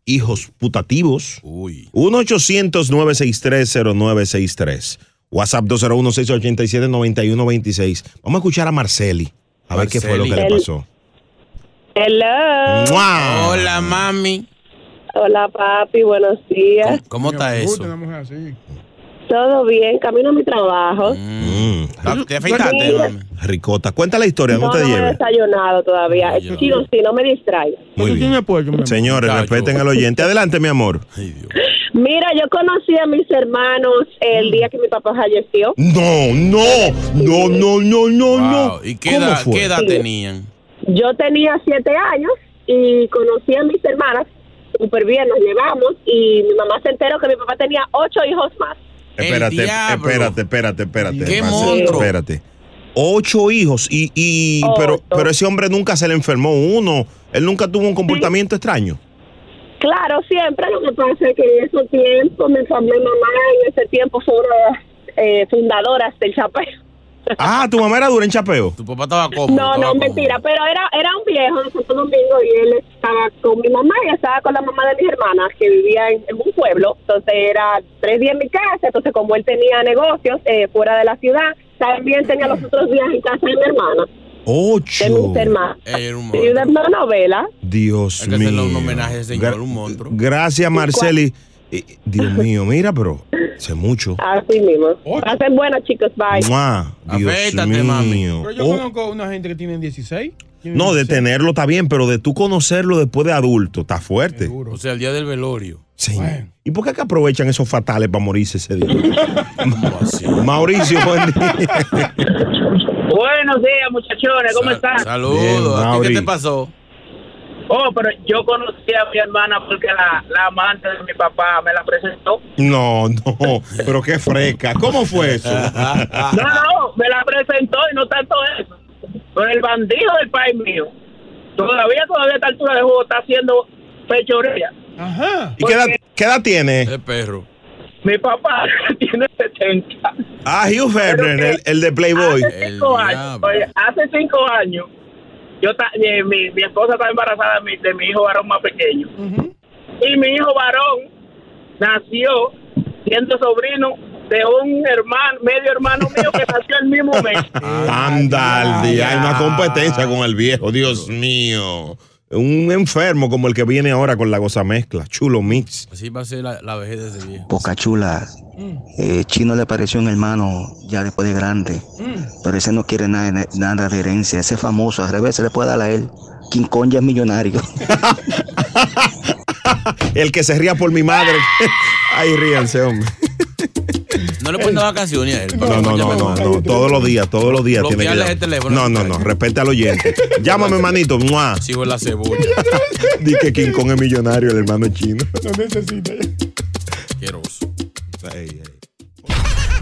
Speaker 8: hijos putativos.
Speaker 1: Uy.
Speaker 8: 1-800-963-0963. WhatsApp 201-687-9126. Vamos a escuchar a Marceli. A ver qué fue lo que le
Speaker 16: Marceli.
Speaker 8: pasó.
Speaker 16: Hello.
Speaker 8: ¡Mua!
Speaker 1: Hola, mami.
Speaker 16: Hola, papi. Buenos días.
Speaker 1: ¿Cómo está eso?
Speaker 16: ¿Todo bien? Camino a mi trabajo.
Speaker 1: Mm. ¿Te afeitaste,
Speaker 16: Mira,
Speaker 1: mami?
Speaker 8: Ricota, cuenta la historia, no,
Speaker 16: no,
Speaker 8: te
Speaker 16: no me he
Speaker 8: lleves.
Speaker 16: desayunado todavía. Chino, sí, no me distraigas.
Speaker 8: Señores, respeten al oyente. Adelante, mi amor.
Speaker 16: Mira, yo conocí a mis hermanos
Speaker 1: Mm.
Speaker 16: el día que mi papá falleció.
Speaker 8: No, no, no, no, no, no, no.
Speaker 1: ¿Y qué edad, qué edad tenían?
Speaker 16: Yo tenía siete años y conocí a mis hermanas. Súper bien, nos llevamos. Y mi mamá se enteró que mi papá tenía ocho hijos más.
Speaker 8: Espérate,
Speaker 16: diablo.
Speaker 8: espérate, espérate, espérate.
Speaker 16: Qué
Speaker 8: Marcelo,
Speaker 16: monstruo.
Speaker 8: Espérate. Ocho hijos y, y pero, pero ese hombre nunca se le enfermó uno. Él nunca tuvo un comportamiento extraño.
Speaker 16: Claro, siempre lo que pasa es que en esos tiempos mi familia y mamá en ese tiempo fueron eh, fundadoras del chapeo.
Speaker 8: Ah, tu mamá era dura en chapeo.
Speaker 1: Tu papá estaba cómodo.
Speaker 16: No, no, mentira, pero era era un viejo de Santo Domingo y él estaba con mi mamá y estaba con la mamá de mis hermanas que vivía en, en un pueblo, entonces era tres días en mi casa, entonces como él tenía negocios eh, fuera de la ciudad, también tenía los otros días en casa de mi hermana.
Speaker 8: Ocho.
Speaker 16: de mis hermanos.
Speaker 1: Ey, era un
Speaker 16: Y una novela.
Speaker 8: Dios
Speaker 1: que
Speaker 8: mío.
Speaker 1: hacerle un homenaje a ese señor,
Speaker 8: Gra-
Speaker 1: un monstruo.
Speaker 8: Gracias, Marceli. Eh, Dios mío, mira, pero sé mucho.
Speaker 16: Así mismo. Pasen buenas, chicos. Bye.
Speaker 8: Mua, Dios
Speaker 1: Afeítate,
Speaker 8: mío.
Speaker 1: mami.
Speaker 2: Pero yo
Speaker 8: Oh,
Speaker 2: conozco una gente que tiene 16. tiene
Speaker 8: no, de
Speaker 2: 16.
Speaker 8: tenerlo está bien, pero de tú conocerlo después de adulto está fuerte.
Speaker 1: O sea, el día del velorio.
Speaker 8: Sí. ¿Y por qué es que aprovechan esos fatales para morirse ese día? Mauricio, buen día.
Speaker 17: Buenos días, muchachones, ¿cómo están?
Speaker 8: Bien,
Speaker 1: Saludos. ¿A ti
Speaker 8: Mauri.
Speaker 1: qué te pasó?
Speaker 17: Oh, pero yo conocí a mi hermana porque la, la amante de mi papá me la presentó.
Speaker 8: No, no, pero qué fresca. ¿Cómo fue
Speaker 1: [laughs]
Speaker 8: eso?
Speaker 1: Ah.
Speaker 17: No, no, me la presentó y no tanto eso. Pero el bandido del país mío, todavía, todavía a esta altura de juego está haciendo fechoría. Ajá.
Speaker 8: ¿Y qué edad, qué edad tiene?
Speaker 1: perro.
Speaker 17: Mi papá [laughs] tiene 70.
Speaker 8: Ah, Hugh Hefner, el, el de Playboy.
Speaker 17: Hace cinco años, oye, hace cinco años, yo ta- eh, mi, mi esposa estaba embarazada de mi, de mi hijo varón más pequeño. Y mi hijo varón nació siendo sobrino de un hermano, medio hermano mío que nació el mismo
Speaker 5: [laughs]
Speaker 17: mes.
Speaker 8: Anda al día. Hay una competencia con el viejo, Dios mío. Un enfermo como el que viene ahora con la goza mezcla, chulo mix.
Speaker 1: Así va a ser la, la vejez de ese viejo.
Speaker 18: Poca chula. Eh, Chino le pareció un hermano ya después de grande,
Speaker 8: Mm.
Speaker 18: pero ese no quiere nada, nada de herencia. Ese es famoso, al revés, se le puede dar a él. King Kong ya es millonario.
Speaker 8: [laughs] El que se ría por mi madre. Ay, ríanse, hombre.
Speaker 1: No le pones vacaciones a él.
Speaker 8: No, no, no, no, no. Todos los días, todos los días tiene que
Speaker 1: Bloquearle
Speaker 8: llamar.
Speaker 1: el
Speaker 8: No,
Speaker 1: teléfono.
Speaker 8: no, no. Respeta al oyente. Llámame, manito. Mua.
Speaker 1: Sigo en la cebolla.
Speaker 8: Dice que King Kong es millonario, el hermano chino.
Speaker 2: Lo necesita.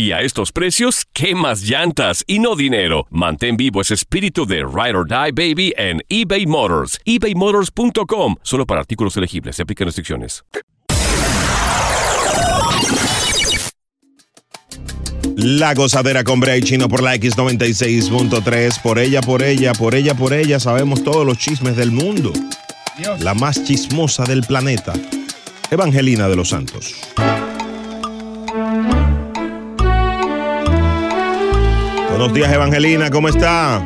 Speaker 4: Y a estos precios, ¿qué más llantas y no dinero? Mantén vivo ese espíritu de Ride or Die Baby en eBay Motors. ebaymotors.com. Solo para artículos elegibles. Se aplican restricciones.
Speaker 8: La gozadera con Brea y Chino por la X96.3. Por ella, por ella, por ella, por ella. Sabemos todos los chismes del mundo. La más chismosa del planeta. Evangelina de los Santos. Buenos días, Evangelina. ¿Cómo está?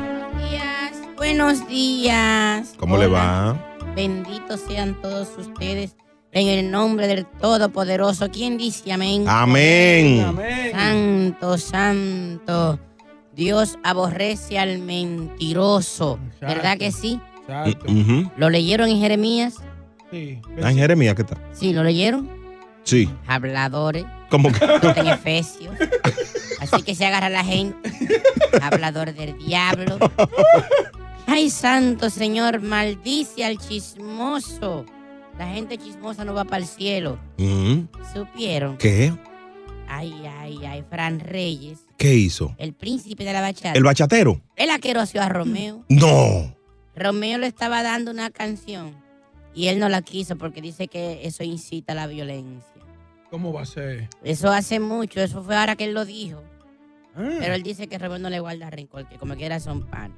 Speaker 19: Buenos días. Oh,
Speaker 8: ¿Cómo le va?
Speaker 19: Benditos sean todos ustedes. En el nombre del Todopoderoso. ¿Quién dice amén?
Speaker 8: Amén.
Speaker 19: Santo, santo. Dios aborrece al mentiroso. ¿Verdad que sí?
Speaker 8: Mm, Ujú.
Speaker 19: ¿Lo leyeron en Jeremías?
Speaker 8: Ah, en Jeremías, ¿qué tal?
Speaker 19: Sí, lo leyeron.
Speaker 8: Sí.
Speaker 19: Habladores.
Speaker 8: ¿Cómo que?
Speaker 19: [laughs] En Efesios. Así que se agarra la gente. Hablador del diablo. Ay, santo Señor, maldice al chismoso. La gente chismosa no va para el cielo.
Speaker 8: Mm.
Speaker 19: ¿Supieron?
Speaker 8: ¿Qué?
Speaker 19: Ay, ay, ay, Fran Reyes,
Speaker 8: ¿Qué hizo?
Speaker 19: el príncipe de la bachata.
Speaker 8: ¿El bachatero?
Speaker 19: Él aquerosió a Romeo.
Speaker 8: No.
Speaker 19: Romeo le estaba dando una canción y él no la quiso porque dice que eso incita a la violencia.
Speaker 2: ¿Cómo va a ser?
Speaker 19: Eso hace mucho, eso fue ahora que él lo dijo.
Speaker 2: Ah.
Speaker 19: Pero él dice que Romeo no le guarda rencor, que como quiera son panas.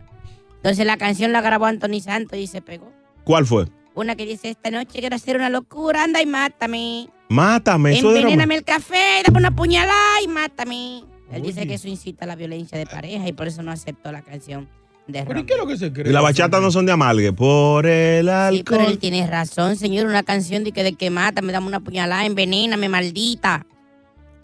Speaker 19: Entonces la canción la grabó Anthony Santos y se pegó.
Speaker 8: ¿Cuál fue?
Speaker 19: Una que dice, esta noche quiero hacer una locura, anda y mátame.
Speaker 8: Mátame. Eso de Romeo.
Speaker 19: Envenéname el café y dame una puñalada y mátame. Él dice que eso incita a la violencia de pareja y por eso no aceptó la canción de Romeo.
Speaker 2: Ah. ¿Qué es lo que se cree?
Speaker 8: Y la bachata no son de amalgue. Por el
Speaker 19: Sí, pero
Speaker 8: alcohol.
Speaker 19: él tiene razón, señor. Una canción de que, de que mata, me dame una puñalada, envenéname, maldita.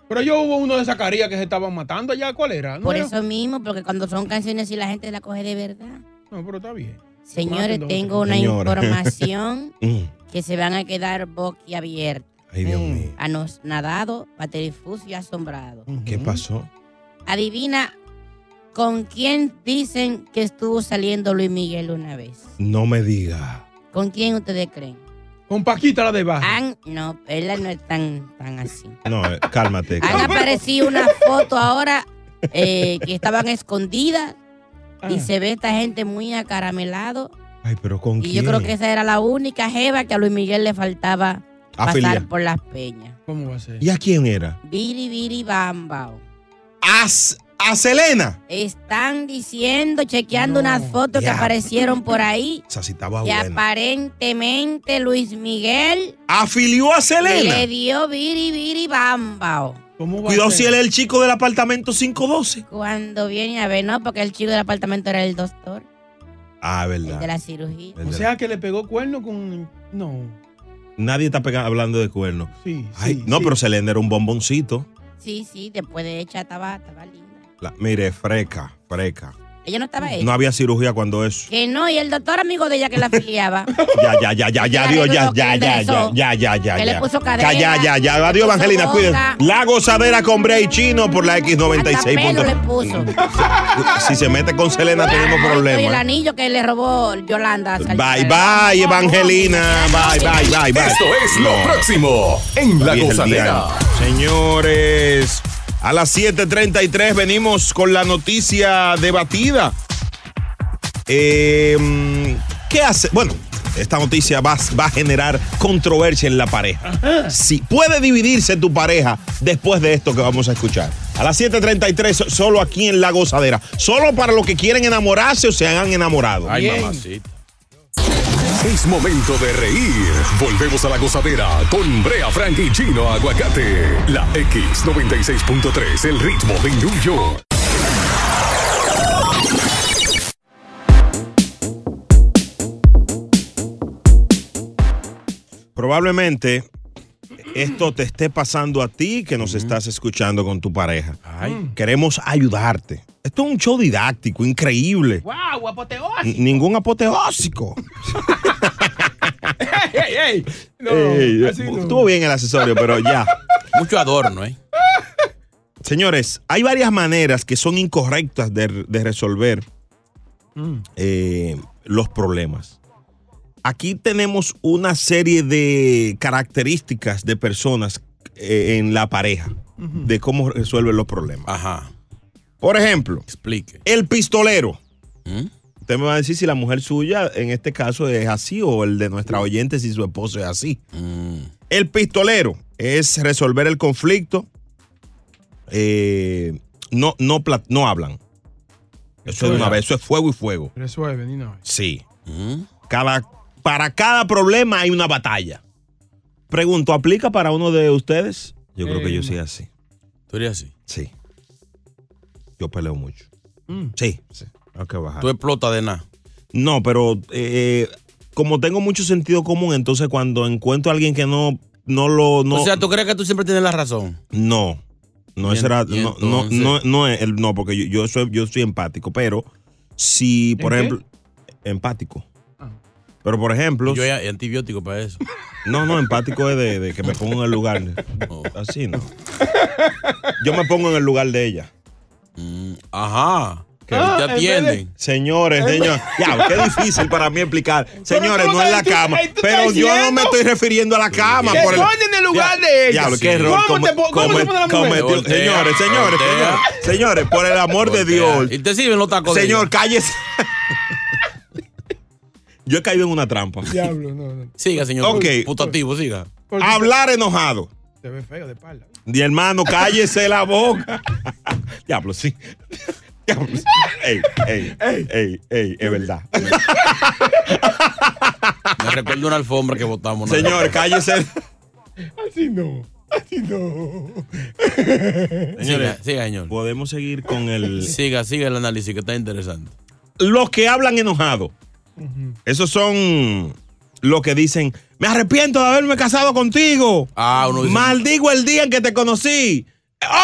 Speaker 2: Pero yo hubo uno de Zacarías que se estaban matando allá. ¿Cuál era? ¿No
Speaker 19: Por
Speaker 2: era?
Speaker 19: eso mismo, porque cuando son canciones y la gente la coge de verdad.
Speaker 2: No, pero está bien.
Speaker 19: Señores,
Speaker 2: Mátenlo.
Speaker 19: tengo una
Speaker 2: Señora.
Speaker 19: información
Speaker 8: [laughs] Mm.
Speaker 19: que se van a quedar boquiabiertos. Mm.
Speaker 8: Ay, Dios mío.
Speaker 19: A nos nadado, paterifuso y asombrado.
Speaker 8: ¿Qué pasó?
Speaker 19: Adivina con quién dicen que estuvo saliendo Luis Miguel una vez.
Speaker 8: No me diga.
Speaker 19: ¿Con quién ustedes creen?
Speaker 2: Con Paquita la de baja.
Speaker 19: Han, no, ella no es tan, tan así.
Speaker 8: No, eh,
Speaker 19: Ah,
Speaker 8: cálmate.
Speaker 19: Han aparecido una foto ahora eh, que estaban escondidas
Speaker 8: Ah.
Speaker 19: y se ve esta gente muy acaramelado.
Speaker 8: Ay, pero con
Speaker 19: Y yo creo que esa era la única jeva que a Luis Miguel le faltaba pasar
Speaker 8: Afiliar.
Speaker 19: por las peñas.
Speaker 2: ¿Cómo va a ser?
Speaker 8: ¿Y a quién era?
Speaker 19: Biri Biri Bambao.
Speaker 8: A, S- a Selena.
Speaker 19: Están diciendo, chequeando unas fotos
Speaker 8: ya. Ah,
Speaker 19: que aparecieron
Speaker 8: [laughs]
Speaker 19: por ahí.
Speaker 8: Esa sí estaba
Speaker 19: Y
Speaker 8: buena.
Speaker 19: aparentemente Luis Miguel
Speaker 8: Afilió a Selena.
Speaker 19: le dio Biri Biri Bambao.
Speaker 8: Cuidado si él es el chico del apartamento 512.
Speaker 19: Cuando viene a ver, no, porque el chico del apartamento era el doctor
Speaker 8: Ah,
Speaker 19: de
Speaker 8: verdad.
Speaker 19: la cirugía.
Speaker 8: O
Speaker 2: O sea que le pegó cuerno con. No.
Speaker 8: Nadie está pega- hablando de cuernos.
Speaker 2: Sí.
Speaker 8: Ay, no, pero Selena era un bomboncito.
Speaker 19: Sí, sí, después de hecha estaba, estaba linda.
Speaker 8: La- mire, freca, freca.
Speaker 19: Ella no estaba hecha.
Speaker 8: No había cirugía cuando eso.
Speaker 19: Que no, y el doctor amigo de ella que la afiliaba.
Speaker 8: Ya, ya, ya, ya, ya,
Speaker 19: Ya,
Speaker 8: Dios,
Speaker 19: eso
Speaker 8: ya,
Speaker 19: lo
Speaker 8: ya, ya, ya,
Speaker 19: enderezó.
Speaker 8: ya, ya, ya.
Speaker 19: Que le
Speaker 8: ya.
Speaker 19: puso cadena,
Speaker 8: Ca- Ya, ya, ya.
Speaker 19: le
Speaker 8: Adiós,
Speaker 19: puso
Speaker 8: Evangelina,
Speaker 19: boca.
Speaker 8: cuídense. La gozadera con Brea y Chino por la
Speaker 19: Hasta pelo le
Speaker 8: X96.
Speaker 19: puso.
Speaker 8: Si se mete con Selena, tenemos
Speaker 19: Y el
Speaker 8: problemas.
Speaker 19: anillo que le robó Yolanda.
Speaker 8: Bye, bye, Evangelina. Bye, bye, bye, bye.
Speaker 7: Esto es lo próximo en La
Speaker 8: Hoy es el
Speaker 7: Gozadera.
Speaker 8: diario. Señores, a las 7:33 venimos con la noticia debatida. Eh, mm, ¿Qué hace? Bueno, esta noticia va, va a generar controversia en la pareja. Si puede dividirse tu pareja después de esto que vamos a escuchar. A las 7:33, so- solo aquí en La Gozadera. Solo para los que quieren enamorarse o se han enamorado.
Speaker 7: Es momento de reír. Volvemos a la gozadera con Brea Frank y Chino Aguacate. La X96.3, el ritmo de New York.
Speaker 8: Probablemente esto te esté pasando a ti que nos estás escuchando con tu pareja.
Speaker 2: Mm.
Speaker 8: Queremos ayudarte. Esto es un show didáctico, increíble.
Speaker 2: ¡Wow! ¡Apoteó!
Speaker 8: N- Ningún apoteósico.
Speaker 2: [laughs] ¡Ey, ey! No,
Speaker 8: Ey, eh,
Speaker 2: así no.
Speaker 8: Estuvo bien el accesorio, pero ya.
Speaker 1: Mucho adorno, ¿eh?
Speaker 8: Señores, hay varias maneras que son incorrectas de, de resolver
Speaker 9: Mm.
Speaker 8: eh, los problemas. Aquí tenemos una serie de características de personas eh, en la pareja, de cómo resuelven los problemas. Ajá. Por ejemplo,
Speaker 1: Explique.
Speaker 8: el pistolero. ¿Mm? Usted me va a decir si la mujer suya en este caso es así o el de nuestra oyente si su esposo es así. El pistolero es resolver el conflicto. eh, no, no, pla- no hablan. Eso es una vez, eso es fuego y fuego.
Speaker 2: Resuelve, ni no.
Speaker 8: Sí. Cada, para cada problema hay una batalla. Pregunto, ¿aplica para uno de ustedes? Yo creo que yo soy así.
Speaker 1: Eh, ¿Tú eres así?
Speaker 8: Sí. Yo peleo mucho.
Speaker 1: Mm.
Speaker 8: Sí, sí. Hay que bajar.
Speaker 1: Tú explotas de nada.
Speaker 8: No, pero eh, como tengo mucho sentido común, entonces cuando encuentro a alguien que no, no lo. No,
Speaker 1: O sea, ¿tú crees que tú siempre tienes la razón?
Speaker 8: no. No,
Speaker 1: Y
Speaker 8: ese era-
Speaker 1: en- y
Speaker 8: no, no,
Speaker 1: entonces-
Speaker 8: no, no, es el- no, porque yo, yo soy, yo soy empático, pero si, por
Speaker 1: ¿En qué?
Speaker 8: ejemplo, empático. Pero por ejemplo.
Speaker 1: Yo hay antibiótico para eso.
Speaker 8: No, no, empático es de, de que me pongo en el lugar. Así no. Yo me pongo en el lugar de ella.
Speaker 1: Mm, Ajá. Que
Speaker 2: Ah,
Speaker 8: Ah,
Speaker 1: te atienden.
Speaker 8: Señores, señores. Ya, qué difícil para mí explicar. Señores,
Speaker 2: tú
Speaker 8: no es la
Speaker 2: tú-
Speaker 8: cama.
Speaker 2: ahí tú estás
Speaker 8: Pero yo no
Speaker 2: diciendo
Speaker 8: me estoy refiriendo a la cama.
Speaker 2: Que
Speaker 8: por
Speaker 2: pongan en el lugar de ella.
Speaker 8: diablo,
Speaker 2: Sí.
Speaker 8: qué error.
Speaker 2: ¿Cómo te
Speaker 8: come-
Speaker 2: po- cómo se
Speaker 8: come-
Speaker 2: pone la mujer?
Speaker 8: cometió-
Speaker 2: Voltea,
Speaker 8: Señores, señores,
Speaker 2: voltea.
Speaker 8: señores, señores, por el amor de Dios.
Speaker 1: Y te sirven los tacos. de
Speaker 8: Señor,
Speaker 1: ella.
Speaker 8: cállese. Yo he caído en una trampa.
Speaker 2: [laughs] Diablo, no, no.
Speaker 1: Siga, señor.
Speaker 8: Ok.
Speaker 1: Putativo, siga.
Speaker 8: Hablar enojado.
Speaker 2: Te ve feo de espalda.
Speaker 8: Mi hermano, cállese la boca. [laughs] Diablo, sí. [laughs] Diablo, sí. Ey, ey, ey, ey, es verdad.
Speaker 1: Me recuerdo una alfombra que botamos. ¿no?
Speaker 8: Señor, cállese.
Speaker 2: Así no. Así no.
Speaker 1: Siga, siga, señor.
Speaker 8: Podemos seguir con el.
Speaker 1: Siga, siga el análisis que está interesante.
Speaker 8: Los que hablan enojado. Esos son los que dicen, me arrepiento de haberme casado contigo.
Speaker 1: Ah,
Speaker 8: Maldigo el día en que te conocí.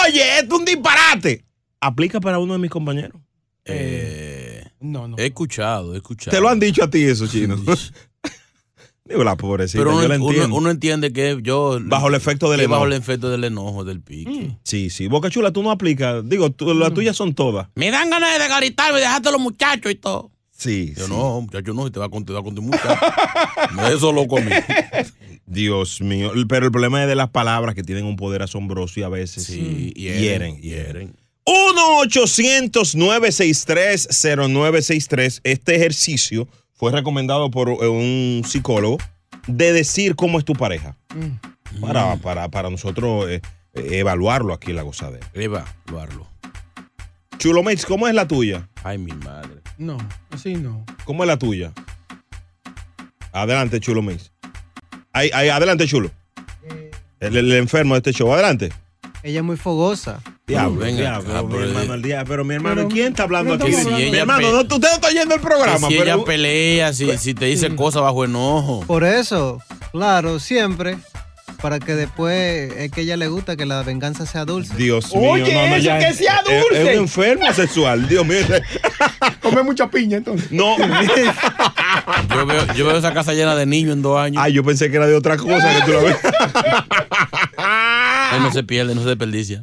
Speaker 8: Oye, esto es un disparate. Aplica para uno de mis compañeros.
Speaker 2: Eh, No, no.
Speaker 1: Eh, He escuchado, he escuchado.
Speaker 8: Te lo han dicho a ti eso,
Speaker 1: [laughs]
Speaker 8: chino. [laughs] Digo, la pobrecita,
Speaker 1: Pero uno,
Speaker 8: yo la
Speaker 1: uno-
Speaker 8: entiendo.
Speaker 1: uno entiende que yo.
Speaker 8: Bajo el efecto del
Speaker 1: que Bajo el
Speaker 8: enojo.
Speaker 1: efecto del enojo, del Mm. pique.
Speaker 2: Mm.
Speaker 8: Sí, sí. Boca Chula, tú no aplicas. Digo, tú- las tuyas son todas.
Speaker 1: Me dan ganas de garitarme, dejarte los muchachos y todo.
Speaker 8: Sí.
Speaker 1: Yo no, muchacho, no, y te va a continuar con tu muchacho. no es solo conmigo.
Speaker 8: [laughs] Dios mío. Pero el problema es de las palabras que tienen un poder asombroso y a veces hieren.
Speaker 1: Hieren.
Speaker 8: 1-800-963-0963. Este ejercicio fue recomendado por eh, un psicólogo de decir cómo es tu pareja. Para, para, para nosotros eh, eh, evaluarlo aquí en la gozadera. Evaluarlo. Chulomex, ¿cómo es la tuya? Ay, mi madre.
Speaker 2: No, así no.
Speaker 8: ¿Cómo es la tuya? Adelante, Chulo Mix. Ahí, ahí, adelante, Chulo.
Speaker 2: Eh.
Speaker 8: El, el enfermo de este show. Adelante.
Speaker 20: Ella es muy fogosa.
Speaker 8: Diablo,
Speaker 20: venga,
Speaker 8: diablo,
Speaker 20: ah,
Speaker 8: mi
Speaker 20: pero-
Speaker 8: hermano, el diablo. Pero mi hermano, ¿quién está hablando
Speaker 1: pero
Speaker 8: aquí?
Speaker 1: estamos hablando-
Speaker 8: mi hermano, no, usted no está oyendo el programa.
Speaker 1: si
Speaker 8: pero-
Speaker 1: ella pelea, si, si te
Speaker 2: Mm.
Speaker 1: dice cosas bajo enojo.
Speaker 20: Por eso, claro, siempre. Para que después es que a ella le gusta que la venganza sea dulce.
Speaker 8: Dios mío, no, no, ya es- es- Es, un enfermo sexual, Dios mío. [laughs] Come mucha piña entonces. No. [laughs]
Speaker 1: Yo veo, yo veo esa casa llena de niños en dos años.
Speaker 8: Ay, yo pensé que era de otra cosa que tú la ves.
Speaker 1: Ay, no se pierde, no se desperdicia.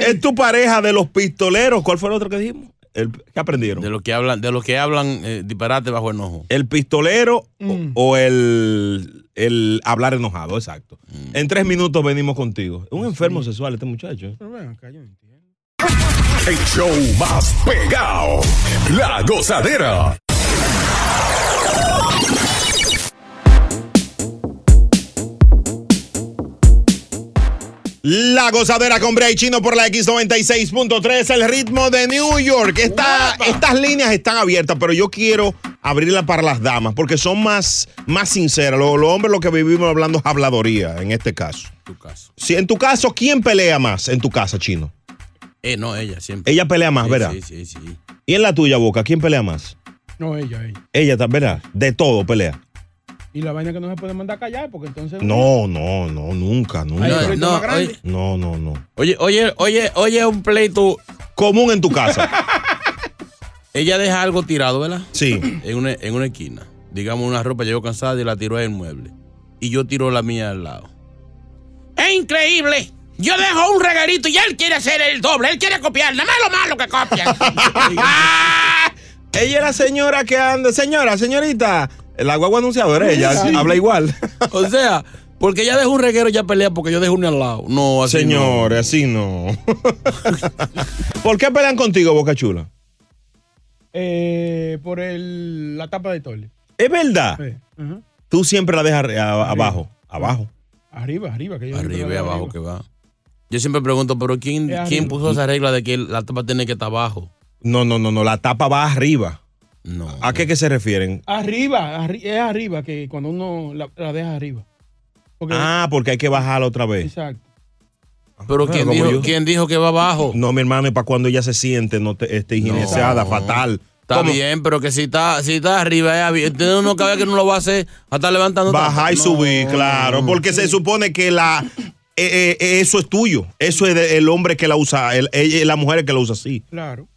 Speaker 8: es tu pareja de los pistoleros. ¿Cuál fue el otro que dijimos? El, ¿Qué aprendieron?
Speaker 1: De los que hablan, de los que hablan eh, disparate bajo enojo.
Speaker 8: ¿El pistolero o, o el, el hablar enojado? Exacto. En tres minutos venimos contigo. Un enfermo sexual este muchacho.
Speaker 7: El show más pegado. La gozadera.
Speaker 8: La gozadera con Brea y Chino por la X96.3, el ritmo de New York. Esta- estas líneas están abiertas, pero yo quiero abrirla para las damas, porque son más, más sinceras. Los, los hombres lo que vivimos hablando es habladoría, en este caso. Si, en tu caso, ¿quién pelea más en tu casa, Chino?
Speaker 1: Eh, no, ella siempre.
Speaker 8: Ella pelea más,
Speaker 1: Sí,
Speaker 8: ¿verdad?
Speaker 1: Sí, sí, sí.
Speaker 8: Y en la tuya, Boca, ¿quién pelea más?
Speaker 2: No, ella, ella.
Speaker 8: Ella, ta- ¿verdad? De todo pelea.
Speaker 2: Y la vaina que no se puede mandar a callar porque entonces.
Speaker 8: No, no, no, nunca, nunca.
Speaker 2: Ay, pero esto es más
Speaker 1: No,
Speaker 8: No,
Speaker 1: oye,
Speaker 8: no, no.
Speaker 1: oye, oye, oye, oye, un pleito.
Speaker 8: Común en tu casa.
Speaker 1: ella deja algo tirado, ¿verdad?
Speaker 8: Sí.
Speaker 1: En una, en una esquina. Digamos, una ropa llegó cansada y la tiró en el mueble. Y yo tiro la mía al lado.
Speaker 9: Es increíble. Yo dejo un regalito y él quiere hacer el doble. Él quiere copiar. Nada más lo malo que copia.
Speaker 8: Ella es la señora que anda. Señora, señorita. La guagua anunciadora, ella
Speaker 1: Sí.
Speaker 8: habla igual.
Speaker 1: O sea, porque ella deja un reguero, ya pelea porque yo dejo uno al lado. No, así
Speaker 8: Señores, así [laughs] no. ¿Por qué pelean contigo, Boca Chula?
Speaker 2: Eh, por el, la tapa de tole.
Speaker 8: Es verdad.
Speaker 2: Ajá.
Speaker 8: Tú siempre la dejas arri- a- abajo. Abajo.
Speaker 2: Arriba, arriba. Que yo
Speaker 1: Arriba y abajo que va. Yo siempre pregunto, pero ¿quién,
Speaker 2: Es
Speaker 1: ¿quién
Speaker 2: arriba.
Speaker 1: puso esa regla de que la tapa tiene que estar abajo?
Speaker 8: No, no, no, no. La tapa va arriba. No. ¿A qué, que se refieren?
Speaker 2: Arriba, arri- es arriba que cuando uno la, la deja arriba. Porque-
Speaker 8: Ah, porque hay que bajarla otra vez.
Speaker 2: Exacto.
Speaker 1: Pero ¿quién dijo- que va abajo?
Speaker 8: No, mi hermano, y para cuando ella se siente, no te, esté higienizada,
Speaker 1: No.
Speaker 8: fatal.
Speaker 1: Está
Speaker 8: ¿Cómo?
Speaker 1: bien, pero que si está, si está arriba, es avi- tiene uno que ver que no lo va a hacer hasta levantando.
Speaker 8: Bajar y subir, claro, porque se supone que la eh, eh, eso es tuyo, eso es de- el hombre que la usa, el- ella- la mujer que la usa así.
Speaker 2: Claro.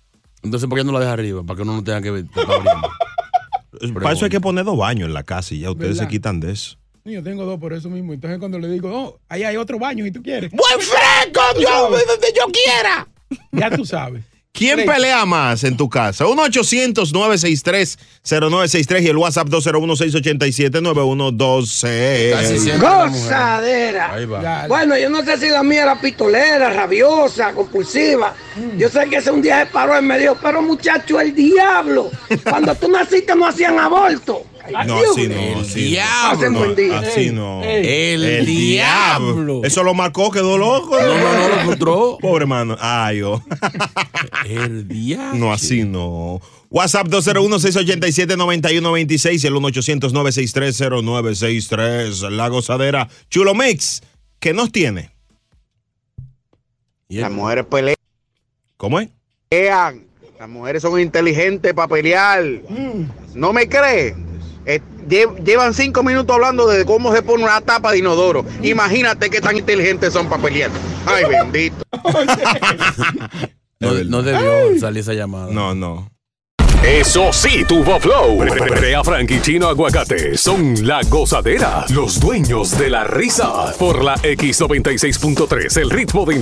Speaker 1: Entonces, ¿por qué no la deja arriba? Para que uno no tenga que ver. tocar abriendo.
Speaker 8: Para eso hay que poner dos baños en la casa y ya ustedes
Speaker 2: ¿Verdad?
Speaker 8: se quitan de eso.
Speaker 2: Yo tengo dos por eso mismo. Entonces cuando le digo, oh, ahí hay otro baño y tú quieres.
Speaker 9: ¡Buen fresco!
Speaker 2: Tú
Speaker 9: Yo voy
Speaker 2: sabes.
Speaker 9: donde yo quiera.
Speaker 2: Ya tú sabes.
Speaker 8: ¿Quién
Speaker 2: Tres.
Speaker 8: pelea más en tu casa? 1-800-963-0963 y el WhatsApp 201-687-9112.
Speaker 9: Casi siempre la mujer.
Speaker 21: Gozadera.
Speaker 8: Ahí va.
Speaker 21: Dale. Bueno, yo no sé si la mía era pistolera, rabiosa, compulsiva.
Speaker 12: Mm.
Speaker 21: Yo sé que ese un día se paró y me dijo, pero muchacho, el
Speaker 12: [laughs]
Speaker 21: diablo. Cuando tú naciste no hacían aborto.
Speaker 8: No,
Speaker 21: Dios.
Speaker 8: así no. así no.
Speaker 21: Pasen buen día.
Speaker 8: Así no.
Speaker 1: El
Speaker 8: diablo. Eso lo marcó, quedó loco. No, no,
Speaker 1: no, lo frustró.
Speaker 8: Pobre hermano. Ay, yo.
Speaker 1: El diablo.
Speaker 8: No, así no. WhatsApp 201-687-9126 y el 1-800-963-0963. La gozadera. Chulo Mix, ¿qué nos tiene?
Speaker 13: Las mujeres pelean.
Speaker 8: ¿Cómo es?
Speaker 13: Pelean. Las mujeres son inteligentes para pelear. ¿No me cree? [laughs] Eh, lle- Llevan cinco minutos hablando de cómo se pone una tapa de inodoro.
Speaker 2: Mm.
Speaker 13: Imagínate qué tan inteligentes son para pelear.
Speaker 2: [laughs]
Speaker 13: Ay, bendito.
Speaker 1: No, no debió salir esa llamada.
Speaker 8: No, no.
Speaker 7: Eso sí, tuvo flow. Brea Frank y Chino Aguacate son la gozadera, los dueños de la risa. Por la X96.3, el ritmo de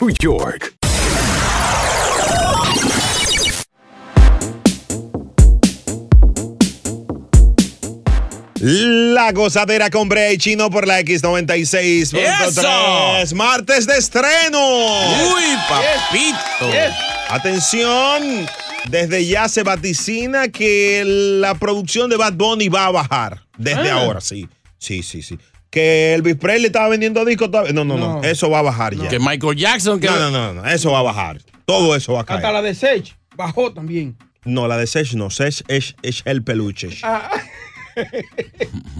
Speaker 7: New York.
Speaker 8: La gozadera con Brea y Chino por la X96.3.
Speaker 9: ¡Eso!
Speaker 8: Martes de estreno.
Speaker 9: Uy,
Speaker 8: papito. Atención. Desde ya se vaticina que la producción de Bad Bunny va a bajar. Desde
Speaker 9: Ah.
Speaker 8: ahora, sí. Sí, sí, sí. Que Elvis Presley estaba vendiendo discos todavía. No, no, no. Eso va a bajar ya.
Speaker 1: Que Michael Jackson. Que...
Speaker 8: No, no, no, no. Eso va a bajar. Todo eso va a caer.
Speaker 2: Hasta la de Sech bajó también.
Speaker 8: No, la de Sesh no. Sesh es, es el peluche.
Speaker 2: Ah,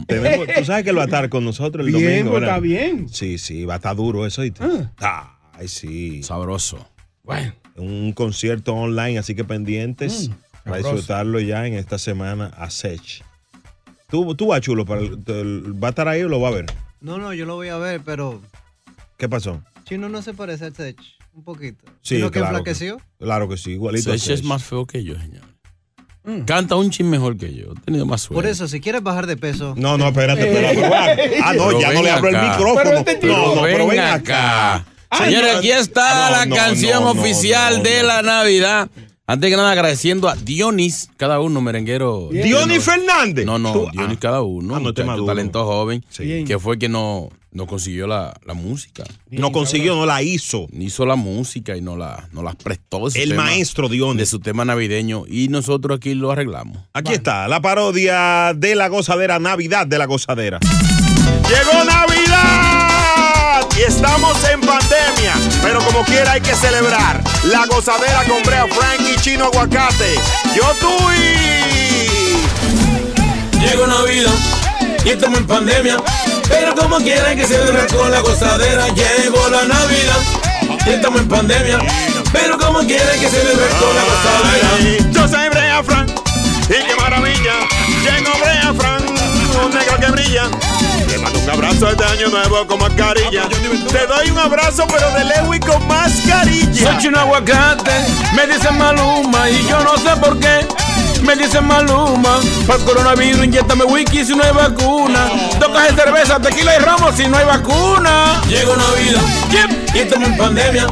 Speaker 8: Tenemos- tú sabes que él va a estar con nosotros el
Speaker 2: Bien,
Speaker 8: domingo.
Speaker 2: pues,
Speaker 8: ¿verdad?
Speaker 2: está bien. Ah.
Speaker 8: Sí, sí, va a estar duro eso. ¿oíste? Ay, sí.
Speaker 1: Sabroso.
Speaker 8: Bueno. Un concierto online, así que
Speaker 2: Mm,
Speaker 8: pendientes. para
Speaker 1: sabroso.
Speaker 8: disfrutarlo ya en esta semana a Sech. ¿Tú, tú vas chulo? Para el- el- ¿Va a estar ahí o lo va a ver?
Speaker 20: No, no, yo lo voy a ver, pero
Speaker 8: ¿Qué pasó?
Speaker 20: Chino no se parece a Sech. Un poquito.
Speaker 8: Sí,
Speaker 20: Sino que
Speaker 8: claro que-
Speaker 20: enflaqueció.
Speaker 8: Claro que sí, igualito. a
Speaker 1: Sech es
Speaker 8: Sech.
Speaker 1: más feo que yo, señor.
Speaker 2: Mm.
Speaker 1: Canta un chin mejor que yo. He tenido más
Speaker 20: Por
Speaker 1: suerte.
Speaker 20: eso, si quieres bajar de peso.
Speaker 8: No, no, espérate,
Speaker 20: Eh.
Speaker 8: espérate. Ah, no,
Speaker 1: Eh. Pero
Speaker 8: ya no
Speaker 1: ven
Speaker 8: le abro el
Speaker 1: acá.
Speaker 8: micrófono.
Speaker 1: Pero este tipo-
Speaker 8: no, no, pero
Speaker 1: Pero
Speaker 8: ven
Speaker 1: ven
Speaker 8: acá. Ay,
Speaker 1: Señores,
Speaker 8: no, Ah,
Speaker 1: aquí está
Speaker 8: no,
Speaker 1: la
Speaker 8: no,
Speaker 1: canción
Speaker 8: no, no,
Speaker 1: oficial
Speaker 8: no,
Speaker 1: de
Speaker 8: no.
Speaker 1: la Navidad. Antes que nada, agradeciendo a Dionis, cada uno merenguero.
Speaker 8: Bien. ¿Dionis Fernández?
Speaker 1: No, no,
Speaker 8: Tú- ah.
Speaker 1: Dionis cada uno.
Speaker 8: esté
Speaker 1: muchacho,
Speaker 8: este maduro.
Speaker 1: talento joven,
Speaker 8: Sí.
Speaker 1: que fue que no, no consiguió la, la música.
Speaker 8: No consiguió, no la hizo.
Speaker 1: Hizo la música y no la, no las prestó. de su
Speaker 8: El
Speaker 1: tema-
Speaker 8: maestro Dionis.
Speaker 1: De su tema navideño. Y nosotros aquí lo arreglamos.
Speaker 8: Aquí está, la parodia de la gozadera, Navidad de la gozadera. Llegó Navidad y estamos en pandemia, pero como quiera hay que celebrar. La gozadera con Brea Frank y Chino Aguacate. Yo tú
Speaker 9: Llegó Navidad y estamos en pandemia. Pero como quieran que celebrar con la gozadera, llegó la Navidad. Y estamos en pandemia. Pero como quieran que celebrar con la gozadera.
Speaker 8: Yo soy Brea Frank y qué maravilla. Llegó Brea Frank, un negro que brilla. Te mando un abrazo este año nuevo con mascarilla. Te doy un abrazo, pero de lejos y con mascarilla.
Speaker 9: Soy chino aguacate, me dicen Maluma y yo no sé por qué. Me dicen Maluma, para el coronavirus inyectame whisky si no hay vacuna. Dos cajas de cerveza, tequila y ramos si no hay vacuna. Llegó Navidad, y estamos en pandemia.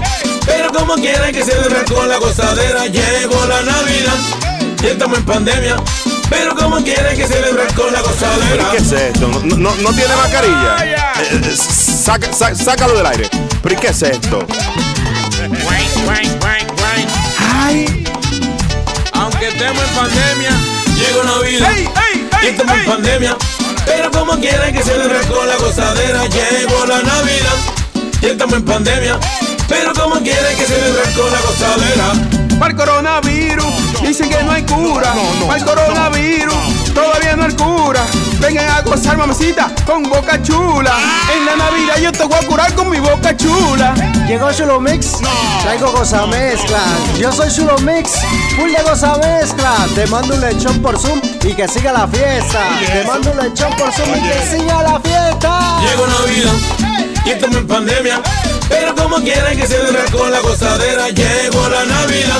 Speaker 9: Pero como quieran que celebrar con la gozadera, llegó la Navidad, y estamos en pandemia. Pero como quieran que celebrar con la gozadera.
Speaker 3: ¿Qué es esto? No, no- no tiene mascarilla. Eh, eh, saca- sa- sácalo del aire. ¿Pero y qué es esto?
Speaker 9: Aunque estemos en pandemia, llegó Navidad. Y estamos en pandemia. Pero como quieran que celebrar con la gozadera, llegó la Navidad. Y estamos en pandemia. Pero como quieran que celebrar con la gozadera. Para el coronavirus, dicen que no hay cura. Para el coronavirus, todavía no hay cura. Vengan a gozar, mamacita, con boca chula. En la Navidad yo te voy a curar con mi boca chula.
Speaker 22: Llegó Chulo Mix, traigo goza mezcla. Yo soy Chulo Mix, full de goza mezcla. Te mando un lechón por Zoom y que siga la fiesta. Te mando un lechón por Zoom y que siga la fiesta.
Speaker 9: Llegó Navidad y estamos en pandemia, pero como quieran que celebrar con la gozadera. Llegó la Navidad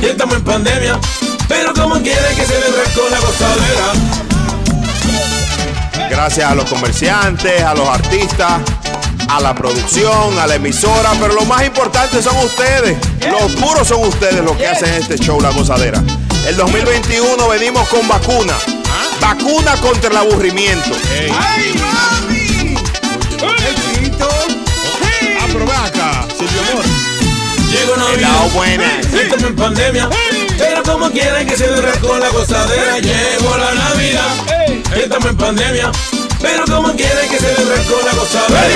Speaker 9: y estamos en pandemia, pero como quieran que celebrar con la gozadera.
Speaker 3: Gracias a los comerciantes, a los artistas, a la producción, a la emisora, pero lo más importante son ustedes. Los puros son ustedes los que hacen este show La Gozadera. El 2021 venimos con vacuna. Vacuna contra el aburrimiento.
Speaker 9: ¡Ay, mami!
Speaker 8: acá, amor.
Speaker 9: Llegó Navidad y estamos en pandemia, pero como quieran que celebrar con la gozadera. Llegó la Navidad y estamos en pandemia, pero como quieran que celebrar con la gozadera.